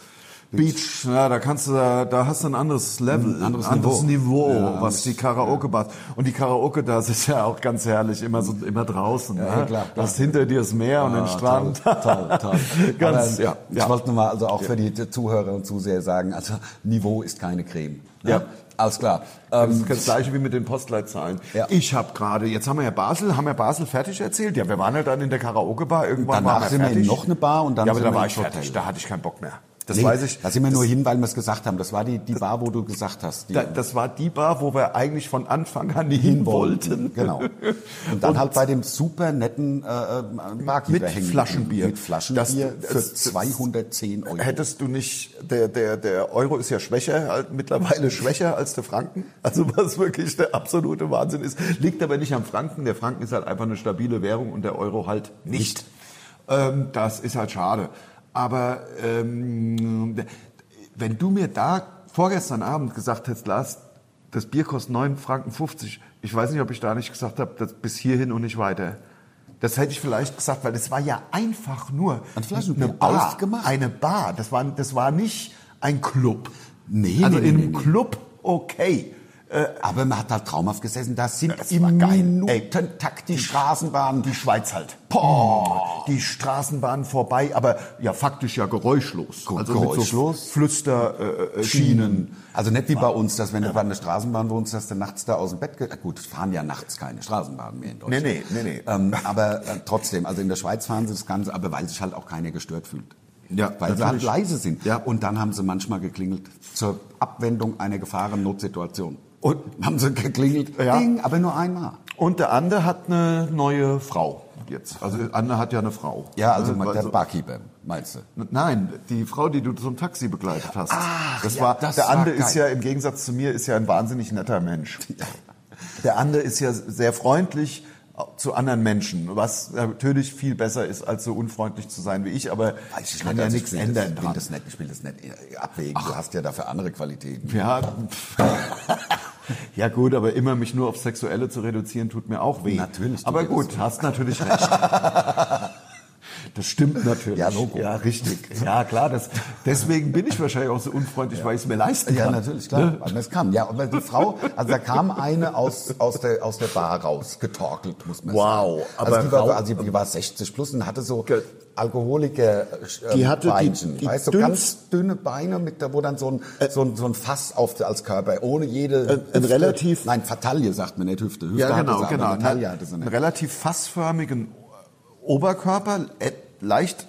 Speaker 4: Beach, ja, da kannst du da, da hast du ein anderes Level, ein
Speaker 3: anderes
Speaker 4: Niveau, was die Karaoke Bars und die Karaoke da ist ja auch ganz herrlich, immer so immer draußen, ja,
Speaker 3: ja, klar, Ah,
Speaker 4: Du hast hinter dir das Meer und den Strand,
Speaker 3: Toll, toll, toll.
Speaker 4: ganz,
Speaker 3: Aber, ähm,
Speaker 4: ja,
Speaker 3: Ich
Speaker 4: ja.
Speaker 3: wollte nur mal also auch für die Zuhörer und Zuseher sagen, also Niveau ist keine Creme. ne?
Speaker 4: Ja.
Speaker 3: Alles klar.
Speaker 4: Das
Speaker 3: Ähm,
Speaker 4: ist das gleiche wie mit den Postleitzahlen.
Speaker 3: Ja.
Speaker 4: Ich habe gerade, jetzt haben wir ja Basel, haben wir Basel fertig erzählt. Ja, wir waren ja dann in der Karaoke-Bar, irgendwann
Speaker 3: Danach
Speaker 4: waren wir
Speaker 3: sind wir
Speaker 4: fertig.
Speaker 3: in noch eine Bar und dann
Speaker 4: Ja, aber
Speaker 3: sind
Speaker 4: da
Speaker 3: wir
Speaker 4: war
Speaker 3: ins
Speaker 4: ich fertig,
Speaker 3: Hotel.
Speaker 4: da hatte ich keinen Bock mehr.
Speaker 1: Das weiß ich.
Speaker 3: Da sind wir nur hin, weil wir es gesagt haben. Das war die, die Bar, wo du gesagt hast. Die,
Speaker 4: Da, das war die Bar, wo wir eigentlich von Anfang an hin wollten.
Speaker 3: Genau. Und dann halt bei dem super netten äh, äh, Barkeeper
Speaker 4: Mit
Speaker 3: hängen.
Speaker 4: Flaschenbier.
Speaker 3: Mit Flaschenbier
Speaker 4: Das-
Speaker 3: für
Speaker 4: das-
Speaker 3: 210 Euro.
Speaker 4: Hättest du nicht, der, der, der Euro ist ja schwächer, halt mittlerweile schwächer als der Franken. Also was wirklich der absolute Wahnsinn ist. Liegt aber nicht am Franken. Der Franken ist halt einfach eine stabile Währung und der Euro halt nicht. Ähm, das ist halt schade. Aber ähm, wenn du mir da vorgestern Abend gesagt hättest, Lars, das Bier kostet 9 Franken 50, ich weiß nicht, ob ich da nicht gesagt habe, das bis hierhin und nicht weiter. Das hätte ich vielleicht gesagt, weil das war ja einfach nur
Speaker 3: Ein Flaschenbier,
Speaker 4: eine Bar,
Speaker 3: ausgemacht.
Speaker 4: eine Bar. Das war, das war nicht ein Club.
Speaker 3: Nee,
Speaker 4: also
Speaker 3: nee,
Speaker 4: in
Speaker 3: nee,
Speaker 4: einem
Speaker 3: nee, nee.
Speaker 4: Club okay.
Speaker 3: Aber man hat halt traumhaft gesessen. Da sind
Speaker 4: Das war
Speaker 3: im
Speaker 4: geil.
Speaker 3: Minutentakt die Straßenbahnen.
Speaker 4: Die Schweiz halt. Boah, Oh. die Straßenbahn vorbei, aber ja faktisch ja geräuschlos. Also
Speaker 3: Gut,
Speaker 4: Mit so
Speaker 3: geräuschlos.
Speaker 4: Flüsterschienen. Äh, Schienen.
Speaker 3: Schienen. Also nicht wie bei uns, dass wenn du bei einer Straßenbahn wohnst, dass du nachts da aus dem Bett... Ge Ah, Gut, es fahren ja nachts keine Straßenbahnen mehr in Deutschland.
Speaker 4: Nee, nee, nee, nee.
Speaker 3: Ähm, aber äh, trotzdem, also in der Schweiz fahren sie das Ganze, aber weil sich halt auch keiner gestört fühlt.
Speaker 4: Ja,
Speaker 3: weil sie halt
Speaker 4: natürlich.
Speaker 3: leise sind.
Speaker 4: Ja.
Speaker 3: Und dann haben sie manchmal geklingelt zur Abwendung einer Gefahrennotsituation. Und haben sie geklingelt,
Speaker 4: Ja.
Speaker 3: Ding, aber nur einmal.
Speaker 4: Und der Ander hat eine neue Frau jetzt. Also Ander hat ja eine Frau.
Speaker 3: Ja, also
Speaker 4: Ne,
Speaker 3: der
Speaker 4: weil so-
Speaker 3: Barkeeper, meinst du?
Speaker 4: Nein, die Frau, die du zum Taxi begleitet hast.
Speaker 3: Ach,
Speaker 4: das
Speaker 3: ja,
Speaker 4: war
Speaker 3: das
Speaker 4: der
Speaker 3: war
Speaker 4: Ande
Speaker 3: geil.
Speaker 4: ist ja im Gegensatz zu mir ist ja ein wahnsinnig netter Mensch. Der Ande ist ja sehr freundlich zu anderen Menschen, was natürlich viel besser ist, als so unfreundlich zu sein wie ich, aber ich kann ja
Speaker 3: also
Speaker 4: nichts
Speaker 3: will das-
Speaker 4: ändern
Speaker 3: Ich will
Speaker 4: dran.
Speaker 3: das nicht, ich will das nicht abwägen. Du hast ja dafür andere Qualitäten.
Speaker 4: Ja, ja gut, aber immer mich nur auf Sexuelle zu reduzieren, tut mir auch weh.
Speaker 3: Natürlich tut
Speaker 4: Aber
Speaker 3: dir das
Speaker 4: gut, hast natürlich recht. Das stimmt natürlich.
Speaker 3: Ja, Logo.
Speaker 4: ja richtig. Ja, klar. Das, deswegen bin ich wahrscheinlich auch so unfreundlich, weil ich es mir leisten
Speaker 3: Ja,
Speaker 4: kann. Ne?
Speaker 3: natürlich, klar. Aber es kam, ja, aber die Frau, also da kam eine aus, aus, der, aus der Bar raus, getorkelt, muss man sagen.
Speaker 4: Wow, aber
Speaker 3: also die, war,
Speaker 4: rau-
Speaker 3: also die war 60 plus und hatte so
Speaker 4: Ge-
Speaker 3: Alkoholiker äh,
Speaker 4: Die hatte die-
Speaker 3: Beinchen,
Speaker 4: die
Speaker 3: weißt du,
Speaker 4: dünnst- Äh,
Speaker 3: ganz dünne Beine, mit, da- wo dann so ein, so ein, so ein Fass auf, als Körper, ohne jede
Speaker 4: Ein- ein relativ-
Speaker 3: Nein, Fataille sagt man nicht Hüfte. Hüfte
Speaker 4: Ja,
Speaker 3: hatte
Speaker 4: genau,
Speaker 3: sie, aber
Speaker 4: genau.
Speaker 3: eine Taille hatte sie
Speaker 4: Einen
Speaker 3: nicht.
Speaker 4: relativ fassförmigen Oberkörper, äh, leicht,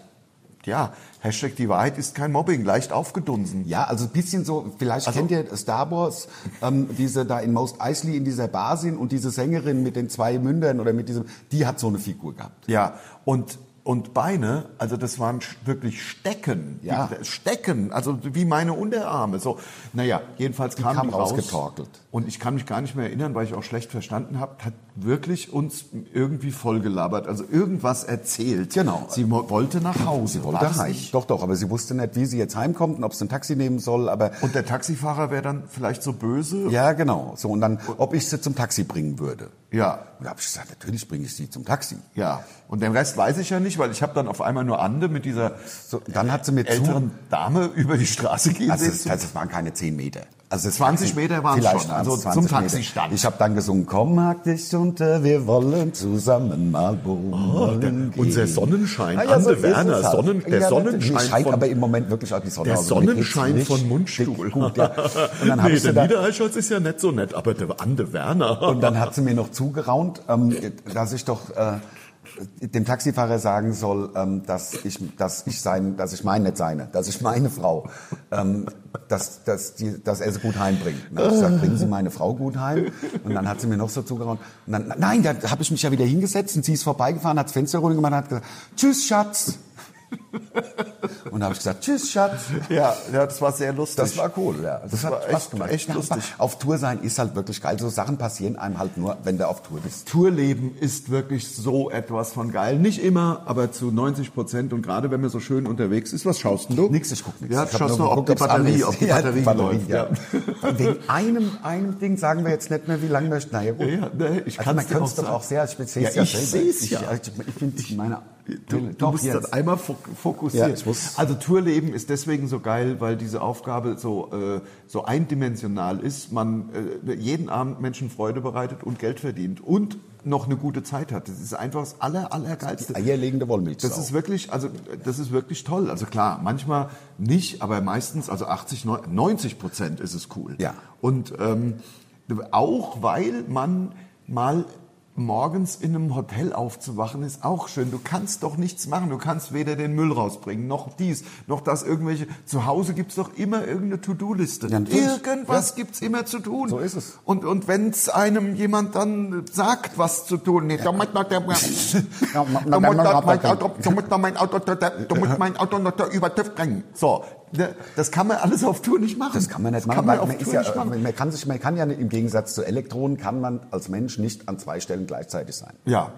Speaker 4: ja, Hashtag die Wahrheit ist kein Mobbing, leicht aufgedunsen.
Speaker 3: Ja, also ein bisschen so, vielleicht
Speaker 4: Also
Speaker 3: kennt ihr Star Wars, ähm, diese da in Most Eisley in dieser Bar sind und diese Sängerin mit den zwei Mündern oder mit diesem, die hat so eine Figur gehabt.
Speaker 4: Ja, und, und Beine, also das waren sch- wirklich Stecken.
Speaker 3: Ja.
Speaker 4: Die, Stecken, also wie meine Unterarme. So, naja, jedenfalls kam,
Speaker 3: kam
Speaker 4: die raus.
Speaker 3: rausgetorkelt.
Speaker 4: Und ich kann mich gar nicht mehr erinnern, weil ich auch schlecht verstanden habe, hat wirklich uns irgendwie vollgelabert, also irgendwas erzählt.
Speaker 3: Genau.
Speaker 4: Sie mo- wollte nach Hause.
Speaker 3: Wollte
Speaker 4: war das
Speaker 3: heim.
Speaker 4: nicht?
Speaker 3: Doch, doch, aber sie wusste nicht, wie sie jetzt heimkommt und ob sie ein Taxi nehmen soll, aber
Speaker 4: Und der Taxifahrer wäre dann vielleicht so böse.
Speaker 3: ja, genau. So, und dann, ob ich sie zum Taxi bringen würde.
Speaker 4: ja.
Speaker 3: Und da habe ich gesagt, natürlich bringe ich sie zum Taxi.
Speaker 4: Ja, und den Rest weiß ich ja nicht, weil ich habe dann auf einmal nur Ande mit dieser
Speaker 3: So, dann hat sie mir
Speaker 4: älteren Dame über die Straße gehen
Speaker 3: zu. Also, es,
Speaker 4: sehen.
Speaker 3: also, es waren keine 10 Meter. Also es
Speaker 4: 20 Meter waren's
Speaker 3: vielleicht
Speaker 4: schon,
Speaker 3: waren's
Speaker 4: also
Speaker 3: 20
Speaker 4: zum
Speaker 3: Meter.
Speaker 4: Taxistand.
Speaker 3: Ich habe dann gesungen, komm, hak dich unter, wir wollen zusammen mal bummeln gehen.
Speaker 4: Oh, unser Sonnenschein,
Speaker 3: Ah, ja, so
Speaker 4: Ande
Speaker 3: ist
Speaker 4: Werner,
Speaker 3: es halt.
Speaker 4: Sonnen- der
Speaker 3: Ja,
Speaker 4: Sonnenschein
Speaker 3: die scheint
Speaker 4: von-
Speaker 3: aber im Moment wirklich auch die Sonne
Speaker 4: Der
Speaker 3: aus. Also, mir geht's
Speaker 4: Sonnenschein
Speaker 3: richtig
Speaker 4: von Mundstuhl.
Speaker 3: Gut, ja. Und dann habe
Speaker 4: nee,
Speaker 3: ich sie
Speaker 4: der
Speaker 3: da
Speaker 4: Niedereischholz ist ja nicht so nett, aber der Ande Werner.
Speaker 3: Und dann hat sie mir noch zugeraunt, ähm, dass ich doch äh, dem Taxifahrer sagen soll, ähm, dass ich, dass ich sein, dass ich mein nicht seine, dass ich meine Frau, ähm, dass, dass, die, dass er sie gut heimbringt. Und dann hab ich gesagt, bringen Sie meine Frau gut heim. Und dann hat sie mir noch so zugeraunt. Und dann, nein, da habe ich mich ja wieder hingesetzt und sie ist vorbeigefahren, hat das Fenster runter gemacht und hat gesagt, tschüss Schatz. Und da habe ich gesagt, tschüss Schatz.
Speaker 4: ja, ja, das war sehr lustig.
Speaker 3: Das war cool, ja. Das, hat
Speaker 4: war
Speaker 3: Spaß
Speaker 4: echt-
Speaker 3: gemacht.
Speaker 4: echt
Speaker 3: Ja,
Speaker 4: lustig.
Speaker 3: aber Auf Tour sein ist halt wirklich geil. So Sachen passieren einem halt nur, wenn du auf Tour bist.
Speaker 4: Tourleben ist wirklich so etwas von geil. Nicht immer, aber zu 90 Prozent. Und gerade wenn man so schön unterwegs ist, was schaust denn du?
Speaker 3: Nix, ich guck nichts.
Speaker 4: Ja,
Speaker 3: ich hab
Speaker 4: schaust
Speaker 3: nur
Speaker 4: nur, ob
Speaker 3: geguckt,
Speaker 4: die
Speaker 3: ob's an
Speaker 4: Batterie,
Speaker 3: ist.
Speaker 4: ob die
Speaker 3: Ja,
Speaker 4: Batterie läuft.
Speaker 3: ja.
Speaker 4: Ja.
Speaker 3: Wegen einem, einem Ding sagen wir jetzt nicht mehr, wie lange wir... Naja, gut.
Speaker 4: Ja, ne, ich
Speaker 3: also
Speaker 4: kann's
Speaker 3: man
Speaker 4: dir
Speaker 3: könnte
Speaker 4: auch
Speaker 3: es doch
Speaker 4: sagen.
Speaker 3: auch sehr speziell
Speaker 4: Ja, ich seh's ja.
Speaker 3: Ich, ich, ich bin ich meine...
Speaker 4: Du, du
Speaker 3: Doch,
Speaker 4: musst
Speaker 3: jetzt.
Speaker 4: das einmal fok- fokussieren.
Speaker 3: Ja, ich muss-
Speaker 4: also Tourleben ist deswegen so geil, weil diese Aufgabe so, äh, so eindimensional ist. Man äh, jeden Abend Menschen Freude bereitet und Geld verdient und noch eine gute Zeit hat. Das ist einfach das aller, allergeilste.
Speaker 3: Eierlegende Wollmilchsau.
Speaker 4: Das ist wirklich, also das ist wirklich toll. Also klar, manchmal nicht, aber meistens, also 80, 90 Prozent ist es cool.
Speaker 3: Ja.
Speaker 4: Und ähm, auch weil man mal morgens in einem Hotel aufzuwachen ist auch schön. Du kannst doch nichts machen. Du kannst weder den Müll rausbringen, noch dies, noch das irgendwelche. Zu Hause gibt's doch immer irgendeine To-Do-Liste.
Speaker 3: Ja, natürlich.
Speaker 4: Irgendwas gibt's immer zu tun.
Speaker 3: So ist es.
Speaker 4: Und, und wenn's einem jemand dann sagt, was zu tun ist, da muss man der-
Speaker 3: Ja,
Speaker 4: da
Speaker 3: man-
Speaker 4: muss
Speaker 3: man-
Speaker 4: man
Speaker 3: man-
Speaker 4: mein
Speaker 3: man-
Speaker 4: Auto, da muss man mein Auto, da da muss mein Auto noch da über TÜV bringen. So. Ne, Das kann man alles auf Tour nicht machen.
Speaker 3: Das kann man nicht machen.
Speaker 4: Kann man
Speaker 3: weil
Speaker 4: auf
Speaker 3: man, ist
Speaker 4: Tour
Speaker 3: ja,
Speaker 4: nicht machen.
Speaker 3: man, kann sich, man kann ja nicht, im Gegensatz zu Elektronen kann man als Mensch nicht an zwei Stellen gleichzeitig sein.
Speaker 4: Ja.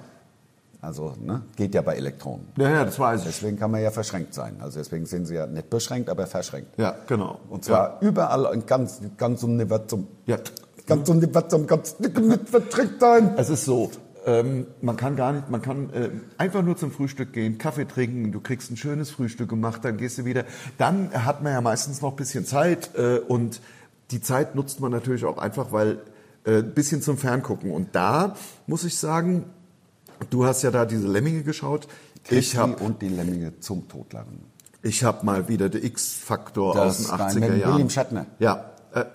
Speaker 3: Also ne, geht ja bei Elektronen.
Speaker 4: Ja, ja, das weiß ich.
Speaker 3: Deswegen kann man ja verschränkt sein. Also deswegen sind sie ja nicht beschränkt, aber verschränkt.
Speaker 4: Ja, genau.
Speaker 3: Und zwar überall in ganz, ganz Universum.
Speaker 4: Ja.
Speaker 3: Ganz Universum, ganz dick mit verstrickt sein.
Speaker 4: Es ist so, ähm, man kann gar nicht, man kann äh, einfach nur zum Frühstück gehen, Kaffee trinken, du kriegst ein schönes Frühstück gemacht, dann gehst du wieder. Dann hat man ja meistens noch ein bisschen Zeit äh, und die Zeit nutzt man natürlich auch einfach, weil äh, ein bisschen zum Ferngucken. Und da muss ich sagen, du hast ja da diese Lemminge geschaut. Ich
Speaker 3: Die
Speaker 4: habe
Speaker 3: und die Lemminge zum Totlachen.
Speaker 4: ich hab mal wieder den X-Faktor aus
Speaker 3: Das
Speaker 4: den
Speaker 3: ist dein-
Speaker 4: 80er
Speaker 3: mit
Speaker 4: Jahren.
Speaker 3: William Shatner.
Speaker 4: Ja. Äh,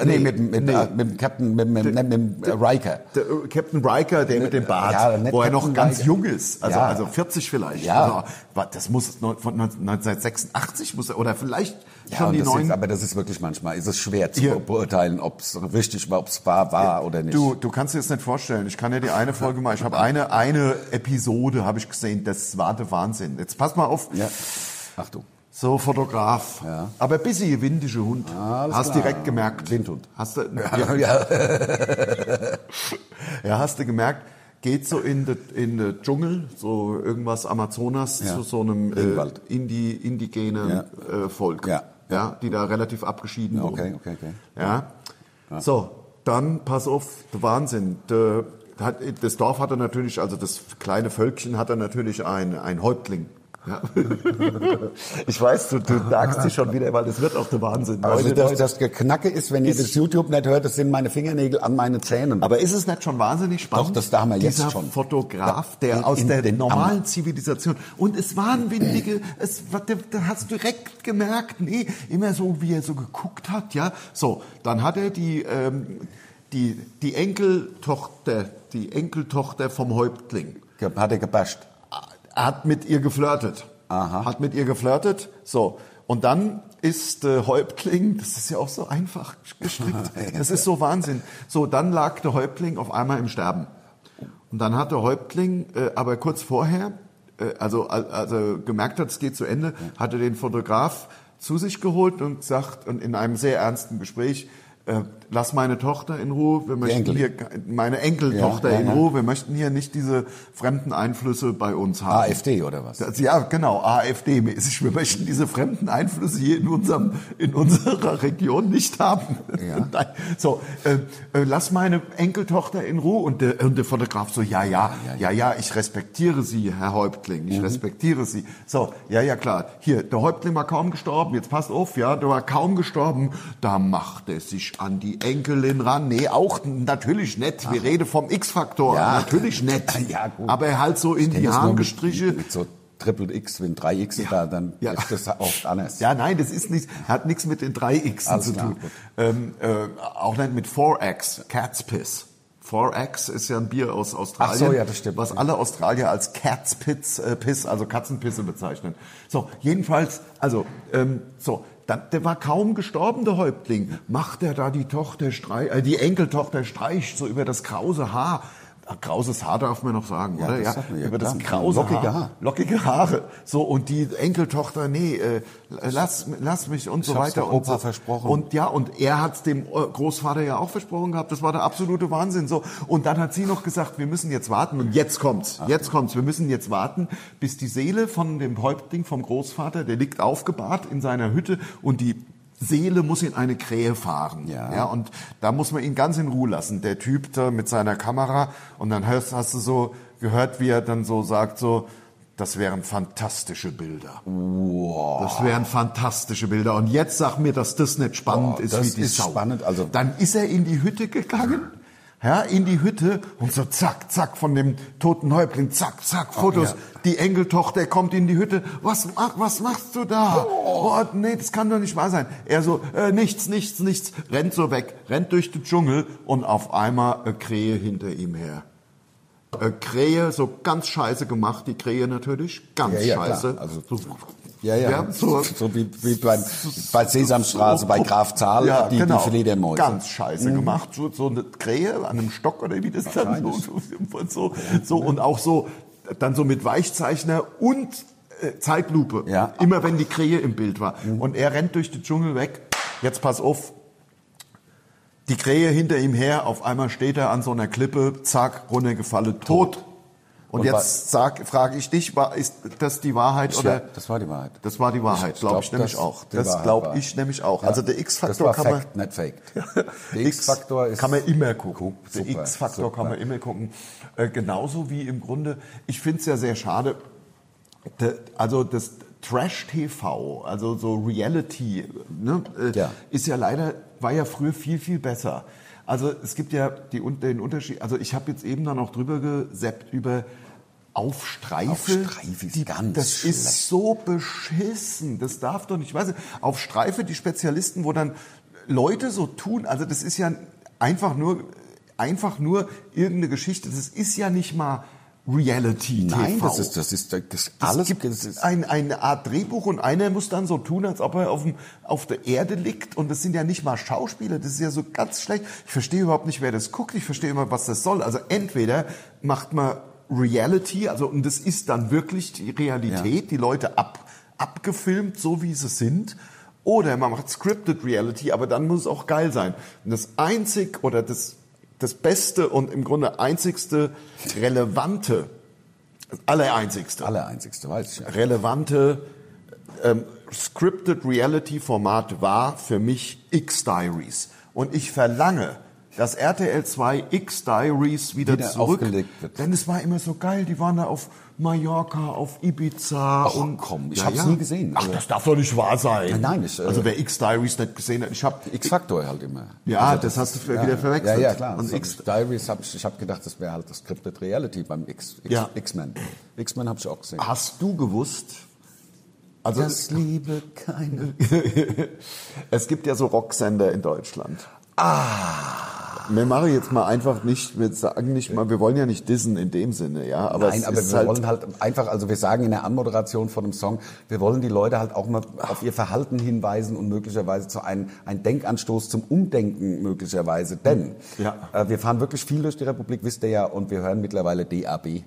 Speaker 3: Nee, mit, mit, äh, mit dem Captain, mit, mit, mit, mit dem Riker.
Speaker 4: Der, äh, Captain Riker, der mit dem Bart,
Speaker 3: Ja, nicht
Speaker 4: wo er noch
Speaker 3: Captain
Speaker 4: ganz
Speaker 3: Riker.
Speaker 4: jung ist, also,
Speaker 3: Ja.
Speaker 4: also 40 vielleicht.
Speaker 3: Ja.
Speaker 4: Also, wa- das muss neun- von 19- 1986 muss er, oder vielleicht
Speaker 3: Ja,
Speaker 4: schon
Speaker 3: und
Speaker 4: die
Speaker 3: das ist,
Speaker 4: neuen.
Speaker 3: aber das ist wirklich manchmal, ist es schwer zu
Speaker 4: Hier.
Speaker 3: beurteilen, ob es richtig war, ob es wahr war oder nicht.
Speaker 4: Du, du kannst dir das nicht vorstellen. Ich kann ja die eine Folge mal. Ich habe eine eine Episode habe ich gesehen. Das war der Wahnsinn. Jetzt pass mal auf.
Speaker 3: Ja. Achtung.
Speaker 4: So Fotograf.
Speaker 3: Ja.
Speaker 4: Aber busy windische Hund.
Speaker 3: Alles
Speaker 4: Hast
Speaker 3: klar.
Speaker 4: direkt gemerkt.
Speaker 3: Windhund.
Speaker 4: Hast du?
Speaker 3: Ja, ja.
Speaker 4: Ja, hast du gemerkt, geht so in den in de Dschungel, so irgendwas Amazonas,
Speaker 3: Ja.
Speaker 4: zu so einem äh,
Speaker 3: Regenwald.
Speaker 4: Indi, indigenen äh, Volk,
Speaker 3: Ja.
Speaker 4: Ja, die da relativ abgeschieden
Speaker 3: Ja, okay,
Speaker 4: wurden.
Speaker 3: okay, okay.
Speaker 4: Ja. So, dann pass auf, der Wahnsinn. Der, hat, das Dorf hatte natürlich, also das kleine Völkchen hatte natürlich ein, ein Häuptling. Ja. ich weiß, du, du sagst dich schon wieder, weil das wird auch der Wahnsinn.
Speaker 3: Also
Speaker 4: Leute,
Speaker 3: das,
Speaker 4: Leute.
Speaker 3: das Geknacke ist, wenn ihr das YouTube nicht hört, das sind meine Fingernägel an meine Zähnen.
Speaker 4: Aber ist es nicht schon wahnsinnig spannend?
Speaker 3: Doch, das da haben wir jetzt
Speaker 4: Dieser
Speaker 3: schon.
Speaker 4: Fotograf, der
Speaker 3: In-
Speaker 4: aus
Speaker 3: in
Speaker 4: der
Speaker 3: den
Speaker 4: normalen Zivilisation. Und es waren windige, es, war- da da hast du direkt gemerkt, nee, immer so, wie er so geguckt hat, ja. So, dann hat er die, ähm, die, die Enkeltochter, die Enkeltochter vom Häuptling,
Speaker 3: Ge- hat er gebasht.
Speaker 4: hat mit ihr geflirtet.
Speaker 3: Aha.
Speaker 4: Hat mit ihr geflirtet. So. Und dann ist der Häuptling, das ist ja auch so einfach gestrickt. Das ist so Wahnsinn. So, dann lag der Häuptling auf einmal im Sterben. Und dann hat der Häuptling, äh, aber kurz vorher, äh, also, al- also gemerkt hat, es geht zu Ende, hatte den Fotograf zu sich geholt und gesagt, und in einem sehr ernsten Gespräch, äh, lass meine Tochter in Ruhe, wir möchten
Speaker 3: Enkelin.
Speaker 4: hier ke- meine Enkeltochter
Speaker 3: ja,
Speaker 4: in
Speaker 3: ja.
Speaker 4: Ruhe, wir möchten hier nicht diese fremden Einflüsse bei uns haben.
Speaker 3: AfD oder was?
Speaker 4: Das, ja, genau, AfD-mäßig. Wir möchten diese fremden Einflüsse hier in, unserem, in unserer Region nicht haben.
Speaker 3: Ja.
Speaker 4: Nein. So, äh, äh, lass meine Enkeltochter in Ruhe. Und der, und der Fotograf so, ja ja, ja, ja, ich respektiere Sie, Herr Häuptling,
Speaker 3: Mhm.
Speaker 4: ich respektiere Sie. So, ja, ja, klar. Hier, der Häuptling war kaum gestorben, jetzt passt auf, ja, der war kaum gestorben. Da macht er sich an die Enkelin ran. Nee, auch natürlich nett. Wir reden vom X-Faktor.
Speaker 3: Ja.
Speaker 4: Natürlich nett.
Speaker 3: Ja, gut.
Speaker 4: Aber er halt so in
Speaker 3: Kennt
Speaker 4: die
Speaker 3: das nur mit-
Speaker 4: Harngestriche.
Speaker 3: Mit so Triple X, wenn drei X da, dann
Speaker 4: Ja.
Speaker 3: ist das oft anders.
Speaker 4: Ja, nein, das ist nicht, hat nichts mit den drei X
Speaker 3: Alles
Speaker 4: zu
Speaker 3: klar,
Speaker 4: tun.
Speaker 3: gut.
Speaker 4: Ähm, äh, auch nicht mit 4X, Cat's Piss. 4X ist ja ein Bier aus Australien,
Speaker 3: Ach so, ja, das stimmt.
Speaker 4: was alle Australier als Cat's Piss, äh, Piss, also Katzenpisse bezeichnen. So, jedenfalls, also, ähm, so, dann, der war kaum gestorben, der Häuptling. Macht er da die Tochter streich, äh, die Enkeltochter streich, so über das krause Haar. Ah, Krauses Haar darf man noch sagen, oder?
Speaker 3: das sagt man, ja,
Speaker 4: über das
Speaker 3: klar.
Speaker 4: krause
Speaker 3: Lockige Haar.
Speaker 4: lockige Haare. So und die Enkeltochter, nee, äh, lass, lass mich und so
Speaker 3: hab's
Speaker 4: weiter.
Speaker 3: doch
Speaker 4: und
Speaker 3: Opa
Speaker 4: so.
Speaker 3: versprochen.
Speaker 4: Und ja, und er hat's dem äh, Großvater ja auch versprochen gehabt. Das war der absolute Wahnsinn. So und dann hat sie noch gesagt, wir müssen jetzt warten und jetzt kommt's, jetzt kommt's. Wir müssen jetzt warten, bis die Seele von dem Häuptling vom Großvater, der liegt aufgebahrt in seiner Hütte und die Seele muss in eine Krähe fahren.
Speaker 3: Ja.
Speaker 4: ja und da muss man ihn ganz in Ruhe lassen. Der Typ da mit seiner Kamera und dann hörst, hast du so gehört, wie er dann so sagt so, das wären fantastische Bilder. Wow. Das wären fantastische Bilder. Und jetzt sag mir, dass das nicht spannend
Speaker 3: Boah,
Speaker 4: ist
Speaker 3: das
Speaker 4: wie die
Speaker 3: ist
Speaker 4: Sau.
Speaker 3: spannend, also-
Speaker 4: dann ist er in die Hütte gegangen. Ja, in die Hütte und so zack, zack von dem toten Häuptling, zack, zack, Fotos.
Speaker 3: Oh, ja.
Speaker 4: Die Enkeltochter kommt in die Hütte. Was, mach, was machst du da? Oh. nee, das kann doch nicht wahr sein. Er so, äh, nichts, nichts, nichts. Rennt so weg, rennt durch den Dschungel und auf einmal eine Krähe hinter ihm her. äh, Krähe, so ganz scheiße gemacht, die Krähe natürlich, ganz
Speaker 3: Ja, ja, klar.
Speaker 4: scheiße.
Speaker 3: Also-
Speaker 4: so,
Speaker 3: Ja, ja.
Speaker 4: so,
Speaker 3: so, wie, wie bei, bei Sesamstraße, bei Graf Zahl,
Speaker 4: ja,
Speaker 3: die,
Speaker 4: genau.
Speaker 3: die Fledermäuse.
Speaker 4: Ganz scheiße
Speaker 3: Mhm.
Speaker 4: gemacht. So, so eine Krähe an einem Stock oder wie das dann so, so, so, so. Und auch so, dann so mit Weichzeichner und äh, Zeitlupe.
Speaker 3: Ja. Mhm.
Speaker 4: Immer wenn die Krähe im Bild war. Und er rennt durch den Dschungel weg. Jetzt pass auf. Die Krähe hinter ihm her, auf einmal steht er an so einer Klippe, zack, runtergefallen, tot. Und,
Speaker 3: Und
Speaker 4: jetzt sag, frage ich dich, war, ist das die Wahrheit
Speaker 3: Ja,
Speaker 4: oder?
Speaker 3: das war die Wahrheit.
Speaker 4: Das war die Wahrheit, glaube ich,
Speaker 3: glaub,
Speaker 4: nämlich
Speaker 3: das
Speaker 4: auch.
Speaker 3: die
Speaker 4: Das
Speaker 3: Wahrheit
Speaker 4: glaube
Speaker 3: war.
Speaker 4: ich nämlich auch. Also der
Speaker 3: Das war
Speaker 4: X-Faktor kann man
Speaker 3: Fact, nicht Faked. Der X-Faktor ist...
Speaker 4: kann man immer gucken. Der
Speaker 3: Super,
Speaker 4: X-Faktor kann
Speaker 3: super.
Speaker 4: man immer gucken. Äh, genauso wie im Grunde, ich finde es ja sehr schade, de, also das Trash-TV, also so Reality, ne, äh,
Speaker 3: Ja.
Speaker 4: ist ja leider, war ja früher viel, viel besser. Also es gibt ja die, un- den Unterschied, also ich habe jetzt eben dann auch drüber geseppt über Aufstreife.
Speaker 3: Auf Streife ist ganz
Speaker 4: Das
Speaker 3: schlecht.
Speaker 4: ist so beschissen. Das darf doch nicht. Ich weiß nicht, auf Streife die Spezialisten, wo dann Leute so tun. Also das ist ja einfach nur, einfach nur irgendeine Geschichte. Das ist ja nicht mal Reality TV.
Speaker 3: Nein, das ist, das ist, das ist
Speaker 4: Es
Speaker 3: alles...
Speaker 4: gibt
Speaker 3: das ist,
Speaker 4: ein, eine Art Drehbuch und einer muss dann so tun, als ob er auf, dem, auf der Erde liegt. Und das sind ja nicht mal Schauspieler, das ist ja so ganz schlecht. Ich verstehe überhaupt nicht, wer das guckt. Ich verstehe immer, was das soll. Also entweder macht man Reality, also und das ist dann wirklich die Realität, die Leute ab, abgefilmt, so wie sie sind. Oder man macht Scripted Reality, aber dann muss es auch geil sein. Und das einzig oder das, das beste und im Grunde einzigste relevante, das allereinzigste,
Speaker 3: Allereinzigste, weiß ich ja.
Speaker 4: relevante ähm, scripted Reality Format war für mich X Diaries und ich verlange dass RTL 2 X Diaries wieder,
Speaker 3: Wieder
Speaker 4: zurück
Speaker 3: aufgelegt wird.
Speaker 4: denn es war immer so geil die waren da auf Mallorca auf Ibiza
Speaker 3: Ach,
Speaker 4: und
Speaker 3: komm, ich hab's nie gesehen. also-
Speaker 4: ach das darf doch nicht wahr sein
Speaker 3: Nein, nein, ich, äh,
Speaker 4: also wer X Diaries nicht gesehen hat ich habe
Speaker 3: X-Faktor halt immer.
Speaker 4: Ja, das hast du wieder verwechselt.
Speaker 3: Ja, ja, klar.
Speaker 4: Und
Speaker 3: Und
Speaker 4: X-
Speaker 3: X Diaries hab ich, ich habe gedacht, das wäre halt das Scripted Reality beim X, X,
Speaker 4: Ja.
Speaker 3: X-Men. X-Men habe ich auch gesehen.
Speaker 4: hast du gewusst also
Speaker 3: das liebe keine.
Speaker 4: es gibt ja so Rocksender in Deutschland. Ah. Wir machen jetzt mal einfach nicht, wir sagen nicht mal, wir wollen ja nicht dissen in dem Sinne, ja. Aber
Speaker 3: Nein,
Speaker 4: es
Speaker 3: aber
Speaker 4: ist
Speaker 3: wir
Speaker 4: halt,
Speaker 3: wollen halt einfach, also wir sagen in der Anmoderation von dem Song, wir wollen die Leute halt auch mal auf ihr Verhalten hinweisen und möglicherweise zu einem ein Denkanstoß zum Umdenken möglicherweise. Denn
Speaker 4: Ja.
Speaker 3: äh, wir fahren wirklich viel durch die Republik, wisst ihr ja, und wir hören mittlerweile DAB,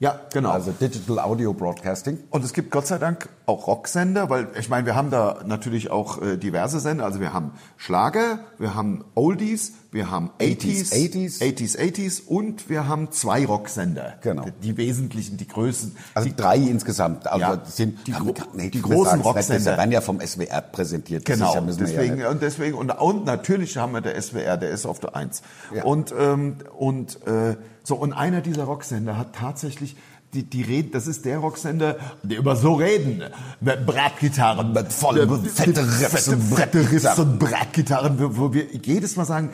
Speaker 4: ja, genau.
Speaker 3: also Digital Audio Broadcasting.
Speaker 4: und es gibt Gott sei Dank auch Rocksender, weil ich meine, wir haben da natürlich auch äh, diverse Sender. Also wir haben Schlager, wir haben Oldies, wir haben 80s,
Speaker 3: 80s.
Speaker 4: 80s, 80s und wir haben zwei Rocksender.
Speaker 3: Genau.
Speaker 4: Die wesentlichen, die Größen.
Speaker 3: Also drei insgesamt. Also
Speaker 4: Ja,
Speaker 3: das sind
Speaker 4: die
Speaker 3: kann
Speaker 4: gro-
Speaker 3: man gar- nee,
Speaker 4: die
Speaker 3: kann man
Speaker 4: großen
Speaker 3: sagen, das ist nicht-
Speaker 4: Rocksender.
Speaker 3: Die werden ja vom SWR präsentiert. Das
Speaker 4: Genau,
Speaker 3: ist ja, müssen
Speaker 4: deswegen,
Speaker 3: Wir ja
Speaker 4: und deswegen, und, und natürlich haben wir der SWR, der ist auf der Eins.
Speaker 3: Ja.
Speaker 4: Und, ähm, und, äh, so, und einer dieser Rocksender hat tatsächlich, die, die reden, das ist der Rocksender, die über so reden. Mit Bratgitarren.
Speaker 3: Mit vollen,
Speaker 4: Mit
Speaker 3: fette Riffs
Speaker 4: fette,
Speaker 3: und
Speaker 4: fette Riffs
Speaker 3: Bratgitarren.
Speaker 4: und Bratgitarren, wo- wo wir jedes Mal sagen,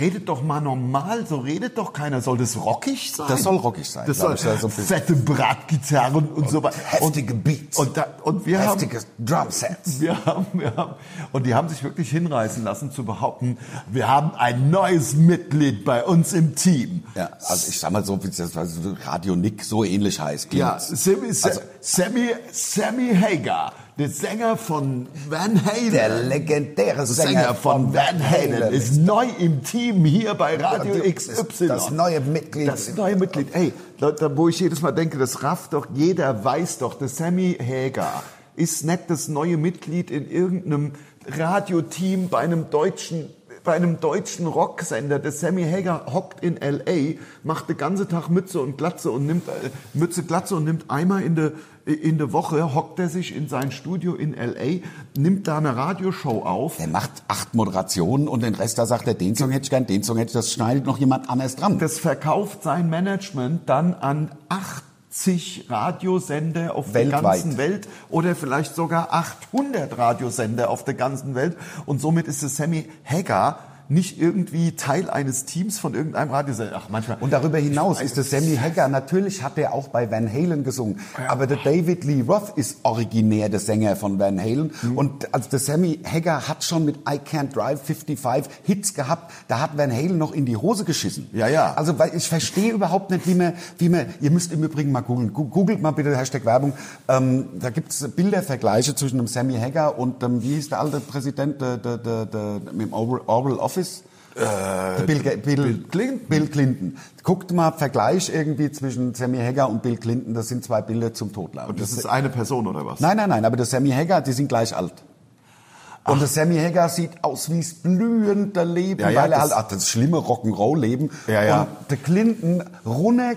Speaker 4: redet doch mal normal, so redet doch keiner. Soll das rockig sein?
Speaker 3: Das soll rockig sein,
Speaker 4: Das
Speaker 3: glaub
Speaker 4: soll,
Speaker 3: ich, das ist so ein bisschen-
Speaker 4: fette Bratgitarren und, so weiter.
Speaker 3: heftige Beats.
Speaker 4: Und, da, und wir haben,
Speaker 3: Heftiges Drumsets.
Speaker 4: wir haben, wir haben, und die haben sich wirklich hinreißen lassen zu behaupten, wir haben ein neues Mitglied bei uns im Team.
Speaker 3: Ja, also ich sag mal so, wie das also Radio Nick so ähnlich heißt.
Speaker 4: Ja, Also-
Speaker 3: klingt's.
Speaker 4: Sammy, Sammy, Sammy Hager, der Sänger von Van Halen.
Speaker 3: der legendäre
Speaker 4: Sänger, von Van Halen ist neu im Team hier bei Radio
Speaker 3: Radio
Speaker 4: XY.
Speaker 3: das neue Mitglied.
Speaker 4: Das neue Mitglied. Ey, Leute, wo ich jedes Mal denke, das rafft doch, jeder weiß doch, der Sammy Hager ist nicht das neue Mitglied in irgendeinem Radioteam bei einem deutschen bei einem deutschen Rocksender, der Sammy Hager hockt in L.A., macht den ganzen Tag Mütze und Glatze und nimmt äh, Mütze, Glatze und nimmt einmal in der in der Woche hockt er sich in sein Studio in L.A., nimmt da eine Radioshow auf
Speaker 3: Der macht acht Moderationen und den Rest, da sagt er, den Song hätte ich gern, den Song hätte ich, das schneidet noch jemand anders dran.
Speaker 4: das verkauft sein Management dann an 80 Radiosender auf
Speaker 3: Weltweit.
Speaker 4: der ganzen Welt oder vielleicht sogar 800 Radiosender auf der ganzen Welt und somit ist es Sammy Hagar nicht irgendwie Teil eines Teams von irgendeinem Radiosender. Ach, manchmal.
Speaker 3: Und darüber hinaus ist es Sammy Hagar. Natürlich hat er auch bei Van Halen gesungen. Aber der David Lee Roth ist originär der Sänger von Van Halen.
Speaker 4: Mhm.
Speaker 3: Und also der Sammy Hagar hat schon mit I Can't Drive 55 Hits gehabt. Da hat Van Halen noch in die Hose geschissen.
Speaker 4: Ja, ja.
Speaker 3: Also weil ich verstehe überhaupt nicht, wie man, wie man, ihr müsst im Übrigen mal googeln. Gu- Googelt mal bitte Hashtag Werbung. Ähm, da gibt's Bildervergleiche zwischen dem Sammy Hagar und dem, wie hieß der alte Präsident der, der, der, der, im Oval, Oval Office? Äh, Bill, Ga- Bill, Clinton. Bill Clinton. Guckt mal Vergleich irgendwie zwischen Sammy Hagar und Bill Clinton. Das sind zwei Bilder zum Totlaufen.
Speaker 4: Und das ist eine Person oder was?
Speaker 3: Nein, nein, nein, aber der Sammy Hagar, die sind gleich alt. Und der Sammy Hagar sieht aus wie das blühende Leben,
Speaker 4: Ja, ja,
Speaker 3: weil er
Speaker 4: das-
Speaker 3: halt ach, das schlimme Rock'n'Roll-Leben.
Speaker 4: Ja, ja.
Speaker 3: Und der Clinton runter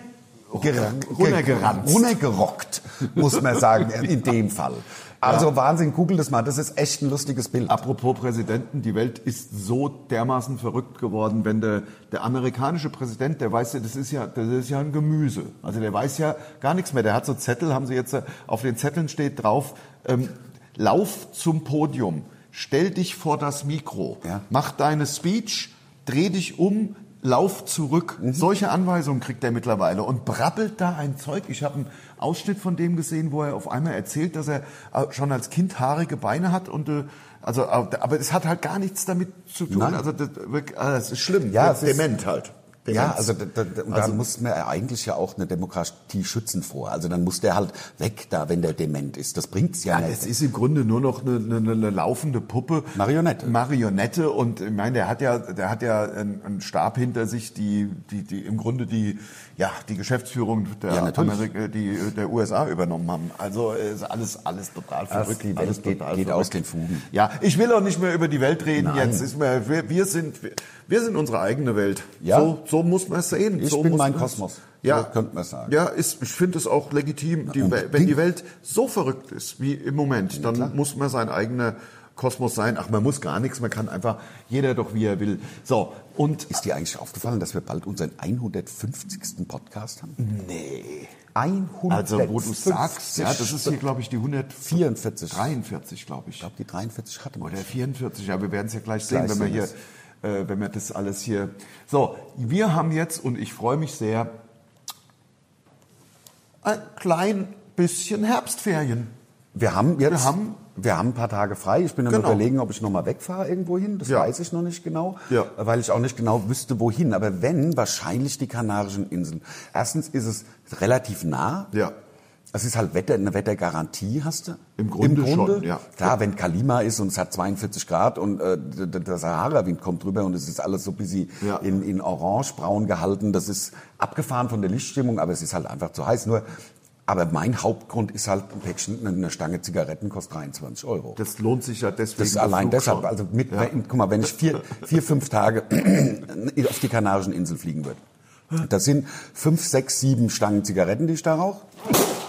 Speaker 4: Runtergeranzt.
Speaker 3: runtergerockt, muss man sagen, in dem Fall. Also Wahnsinn, google das mal, das ist echt ein lustiges Bild.
Speaker 4: Apropos Präsidenten, die Welt ist so dermaßen verrückt geworden, wenn der, der amerikanische Präsident, der weiß ja, das ist ja, das ist ja ein Gemüse. Also der weiß ja gar nichts mehr. Der hat so Zettel, haben sie jetzt äh, auf den Zetteln steht drauf, ähm, lauf zum Podium, stell dich vor das Mikro,
Speaker 3: Ja.
Speaker 4: mach deine Speech, dreh dich um, lauf zurück.
Speaker 3: Mhm.
Speaker 4: Solche Anweisungen kriegt er mittlerweile und brabbelt da ein Zeug. Ich habe einen Ausschnitt von dem gesehen, wo er auf einmal erzählt, dass er äh, schon als Kind haarige Beine hat und äh, also, äh, aber es hat halt gar nichts damit zu tun.
Speaker 3: Nein.
Speaker 4: Also das, wirk- ah, das ist schlimm.
Speaker 3: Ja,
Speaker 4: De-
Speaker 3: es ist-
Speaker 4: dement halt.
Speaker 3: Ja,
Speaker 4: Demenz.
Speaker 3: also da, da, da, und da muss man ja eigentlich ja auch eine Demokratie schützen vor. Also dann muss der halt weg da, wenn der dement ist. Das bringt's ja,
Speaker 4: Ja,
Speaker 3: nicht.
Speaker 4: es ist im Grunde nur noch eine, eine, eine, eine laufende Puppe.
Speaker 3: Marionette.
Speaker 4: Marionette und ich meine, der hat ja, der hat ja einen, einen Stab hinter sich, die, die, die im Grunde die, ja, die Geschäftsführung der,
Speaker 3: Ja, natürlich.
Speaker 4: Amerik- die, der USA übernommen haben. Also ist alles, alles total verrückt.
Speaker 3: die Welt
Speaker 4: alles
Speaker 3: geht- geht aus den Fugen.
Speaker 4: Ja, ich will auch nicht mehr über die Welt reden jetzt. Ist mir, wir, wir sind, wir, wir sind unsere eigene Welt.
Speaker 3: Ja.
Speaker 4: So, so muss man es sehen.
Speaker 3: Ich
Speaker 4: so
Speaker 3: bin
Speaker 4: muss
Speaker 3: mein
Speaker 4: man's-
Speaker 3: Kosmos.
Speaker 4: Ja,
Speaker 3: So könnte man sagen.
Speaker 4: Ja, ist, ich finde es auch legitim, die, Wel- wenn die Welt so verrückt ist wie im Moment, dann muss man sein eigener Kosmos sein. Ach, man muss gar nichts, man kann einfach jeder doch wie er will. So, und
Speaker 3: ist dir eigentlich aufgefallen, dass wir bald unseren 150. Podcast haben?
Speaker 4: nee.
Speaker 3: 150.
Speaker 4: Also, wo du sagst, ja, das ist hier glaube ich die
Speaker 3: 44.
Speaker 4: 143, glaube ich.
Speaker 3: Ich glaube, die 43 hatte man.
Speaker 4: Oder 44, Äh, ja, wir werden es ja gleich sehen,
Speaker 3: Gleich
Speaker 4: wenn wir hier,
Speaker 3: sehen
Speaker 4: äh, wenn wir das alles hier. So, wir haben jetzt, und ich freue mich sehr, ein klein bisschen Herbstferien.
Speaker 3: Wir haben jetzt,
Speaker 4: Wir haben-
Speaker 3: wir haben ein paar Tage frei. Ich bin am
Speaker 4: Genau.
Speaker 3: überlegen, ob ich nochmal wegfahre irgendwo hin. Das
Speaker 4: Ja.
Speaker 3: weiß ich noch nicht genau,
Speaker 4: Ja.
Speaker 3: weil ich auch nicht genau wüsste, wohin. Aber wenn, wahrscheinlich die Kanarischen Inseln. Erstens ist es relativ nah.
Speaker 4: Ja.
Speaker 3: Es ist halt Wetter, eine Wettergarantie, hast du?
Speaker 4: Im Grunde schon, ja.
Speaker 3: Klar, wenn Kalima ist und es hat 42 Grad und äh, d- d- der Sahara-Wind kommt drüber und es ist alles so ein bisschen
Speaker 4: Ja.
Speaker 3: in, in orange-braun gehalten, das ist abgefahren von der Lichtstimmung, aber es ist halt einfach zu heiß. Nur, aber mein Hauptgrund ist halt ein Päckchen, eine- eine Stange Zigaretten kostet 23 Euro.
Speaker 4: Das lohnt sich ja deswegen.
Speaker 3: Das ist
Speaker 4: der
Speaker 3: allein
Speaker 4: Flug
Speaker 3: deshalb,
Speaker 4: schon.
Speaker 3: also mit, wenn- guck mal, wenn ich vier, vier fünf Tage auf die Kanarischen Inseln fliegen würde. Das sind fünf, sechs, sieben Stangen Zigaretten, die ich da rauche.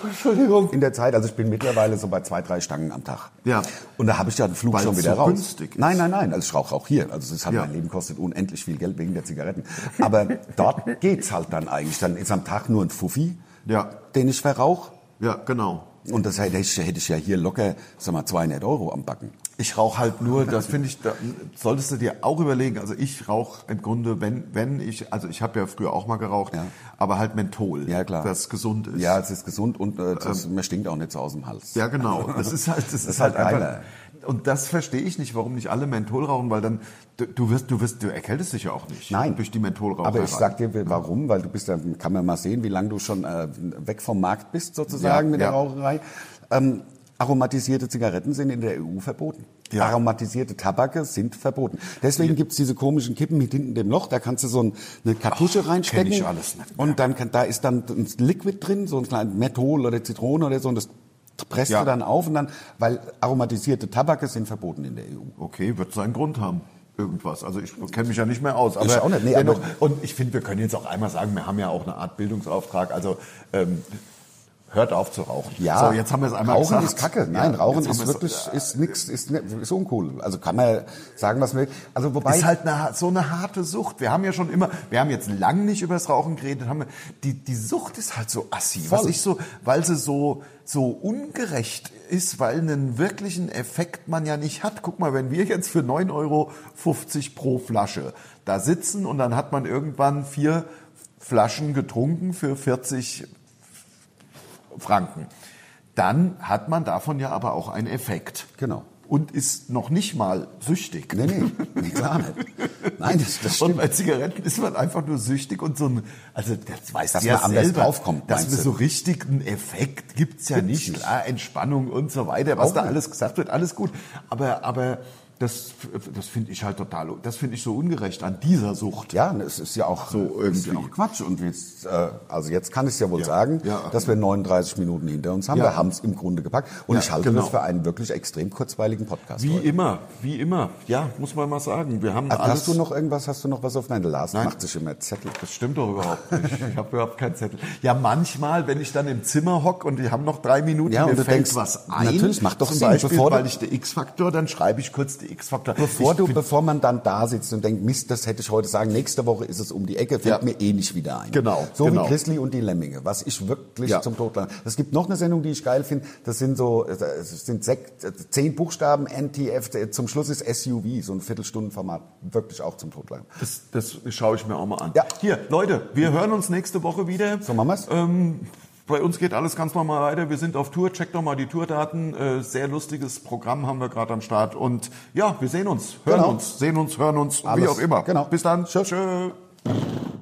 Speaker 3: Entschuldigung. In der Zeit, also ich bin mittlerweile so bei zwei, drei Stangen am Tag.
Speaker 4: Ja.
Speaker 3: Und da habe ich ja den Flug
Speaker 4: Weil's
Speaker 3: schon wieder
Speaker 4: so
Speaker 3: raus.
Speaker 4: günstig ist.
Speaker 3: Nein, nein, nein, also ich rauche auch hier. Also es hat
Speaker 4: Ja.
Speaker 3: mein Leben kostet unendlich viel Geld wegen der Zigaretten. Aber dort geht's halt dann eigentlich. Dann ist am Tag nur ein Fuffi,
Speaker 4: Ja.
Speaker 3: den ich verrauche.
Speaker 4: Ja, genau.
Speaker 3: Und das hätte ich, hätte ich ja hier locker, sag mal, 200 Euro am Backen.
Speaker 4: Ich rauche halt nur, das finde ich, da solltest du dir auch überlegen. Also ich rauche im Grunde, wenn, wenn ich, also ich habe ja früher auch mal geraucht,
Speaker 3: Ja.
Speaker 4: aber halt Menthol,
Speaker 3: Ja, klar.
Speaker 4: das gesund ist.
Speaker 3: Ja, es ist gesund und äh, das, man stinkt auch nicht so aus dem Hals.
Speaker 4: Ja, genau. Das ist halt, das ist,
Speaker 3: ist
Speaker 4: halt
Speaker 3: halt
Speaker 4: einfach.
Speaker 3: geiler.
Speaker 4: Und das verstehe ich nicht, warum nicht alle Menthol rauchen, weil dann du, du wirst, du wirst, du erkältest dich ja auch nicht
Speaker 3: Nein.
Speaker 4: durch die Mentholraucherei.
Speaker 3: Aber ich sag dir, warum? Weil du bist ja, kann man mal sehen, wie lange du schon äh, weg vom Markt bist sozusagen
Speaker 4: Ja,
Speaker 3: mit
Speaker 4: ja.
Speaker 3: der Raucherei. Ähm, aromatisierte Zigaretten sind in der EU verboten.
Speaker 4: Ja.
Speaker 3: Aromatisierte Tabake sind verboten. Deswegen gibt's diese komischen Kippen mit hinten dem Loch. Da kannst du so ein, eine Kartusche reinstecken.
Speaker 4: ich alles nicht mehr.
Speaker 3: Und dann kann, da ist dann ein Liquid drin, so ein kleines Menthol oder Zitrone oder so. Und das presst
Speaker 4: Ja.
Speaker 3: du dann auf und dann, weil aromatisierte Tabake sind verboten in der E EU.
Speaker 4: Okay, wird seinen Grund haben. Irgendwas. Also ich kenne mich ja nicht mehr aus. Aber
Speaker 3: auch nicht, nee,
Speaker 4: dennoch,
Speaker 3: aber-
Speaker 4: und ich finde, wir können jetzt auch einmal sagen, wir haben ja auch eine Art Bildungsauftrag. Also ähm,
Speaker 3: Hört auf zu rauchen.
Speaker 4: So, jetzt haben wir es einmal
Speaker 3: Rauchen
Speaker 4: gesagt.
Speaker 3: ist Kacke.
Speaker 4: Ja,
Speaker 3: Nein, Rauchen
Speaker 4: jetzt haben wir
Speaker 3: ist
Speaker 4: es-
Speaker 3: wirklich, ist nix, ist, ne- ist uncool. Also kann man sagen, was man will. Also wobei.
Speaker 4: Ist halt eine, ha- so eine harte Sucht. Wir haben ja schon immer, wir haben jetzt lang nicht über das Rauchen geredet, haben wir, die, die Sucht ist halt so assi, was
Speaker 3: Voll.
Speaker 4: ich so, weil sie so, so ungerecht ist, weil einen wirklichen Effekt man ja nicht hat. Guck mal, wenn wir jetzt für 9,50 Euro pro Flasche da sitzen und dann hat man irgendwann vier Flaschen getrunken für 40 Franken, dann hat man davon ja aber auch einen Effekt.
Speaker 3: Genau.
Speaker 4: Und ist noch nicht mal süchtig.
Speaker 3: Nee, nee, nee, klar nicht. Nein, das, das
Speaker 4: Und
Speaker 3: stimmt.
Speaker 4: bei Zigaretten ist man einfach nur süchtig und so ein, also das weiß
Speaker 3: Dass
Speaker 4: ja
Speaker 3: man anders
Speaker 4: selber,
Speaker 3: draufkommt,
Speaker 4: dass
Speaker 3: meinst
Speaker 4: man
Speaker 3: du?
Speaker 4: so richtig einen Effekt gibt's ja
Speaker 3: Gibt's
Speaker 4: nicht,
Speaker 3: nicht.
Speaker 4: klar, Entspannung und so weiter, was
Speaker 3: Auch
Speaker 4: da
Speaker 3: nicht.
Speaker 4: alles gesagt wird, alles gut, aber aber das das finde ich halt total, das finde ich so ungerecht an dieser Sucht.
Speaker 3: Ja, es ist ja auch, so ist ja
Speaker 4: irgendwie.
Speaker 3: auch Quatsch. Und jetzt, äh, also jetzt kann ich es ja wohl
Speaker 4: Ja,
Speaker 3: sagen,
Speaker 4: ja.
Speaker 3: dass wir 39 Minuten hinter uns haben.
Speaker 4: Ja.
Speaker 3: Wir haben es im Grunde gepackt. Und
Speaker 4: Ja,
Speaker 3: ich halte
Speaker 4: genau.
Speaker 3: das für einen wirklich extrem kurzweiligen Podcast.
Speaker 4: Wie
Speaker 3: heute.
Speaker 4: immer, wie immer, ja, muss man mal sagen, wir haben
Speaker 3: Also
Speaker 4: alles.
Speaker 3: hast du noch irgendwas? Hast du noch was auf? Nein, der Lars
Speaker 4: Nein.
Speaker 3: macht sich immer Zettel.
Speaker 4: Das stimmt doch überhaupt nicht. Ich habe überhaupt keinen Zettel. Ja, manchmal, wenn ich dann im Zimmer hock und die haben noch drei Minuten,
Speaker 3: Ja,
Speaker 4: mir
Speaker 3: und du
Speaker 4: fällt
Speaker 3: denkst,
Speaker 4: was ein.
Speaker 3: natürlich, mach doch
Speaker 4: Zum
Speaker 3: Sinn,
Speaker 4: Beispiel,
Speaker 3: bevor du-
Speaker 4: weil ich der X-Faktor, dann schreibe ich kurz die X-Faktor.
Speaker 3: Bevor
Speaker 4: ich
Speaker 3: du,
Speaker 4: bin-
Speaker 3: bevor man dann da sitzt und denkt, Mist, das hätte ich heute sagen, nächste Woche ist es um die Ecke, fällt
Speaker 4: Ja.
Speaker 3: mir eh nicht wieder ein.
Speaker 4: Genau,
Speaker 3: So
Speaker 4: genau.
Speaker 3: wie Grizzly und die Lemminge, was ich wirklich
Speaker 4: Ja.
Speaker 3: zum Tod lang. Es gibt noch eine Sendung, die ich geil finde. Das sind so, äh, es sind sechs, äh, zehn Buchstaben, NTF, äh, zum Schluss ist SUV, so ein Viertelstundenformat. Wirklich auch zum Tod lang.
Speaker 4: das, das schaue ich mir auch mal an.
Speaker 3: Ja.
Speaker 4: Hier, Leute, wir hören uns nächste Woche wieder.
Speaker 3: So machen wir's.
Speaker 4: Ähm, bei uns geht alles ganz normal weiter. Wir sind auf Tour. Checkt doch mal die Tourdaten. Äh, sehr lustiges Programm haben wir gerade am Start. Und ja, wir sehen uns, hören
Speaker 3: Genau.
Speaker 4: uns, sehen uns, hören uns, wie
Speaker 3: Alles.
Speaker 4: auch immer.
Speaker 3: Genau.
Speaker 4: Bis dann.
Speaker 3: Tschö.
Speaker 4: Tschö.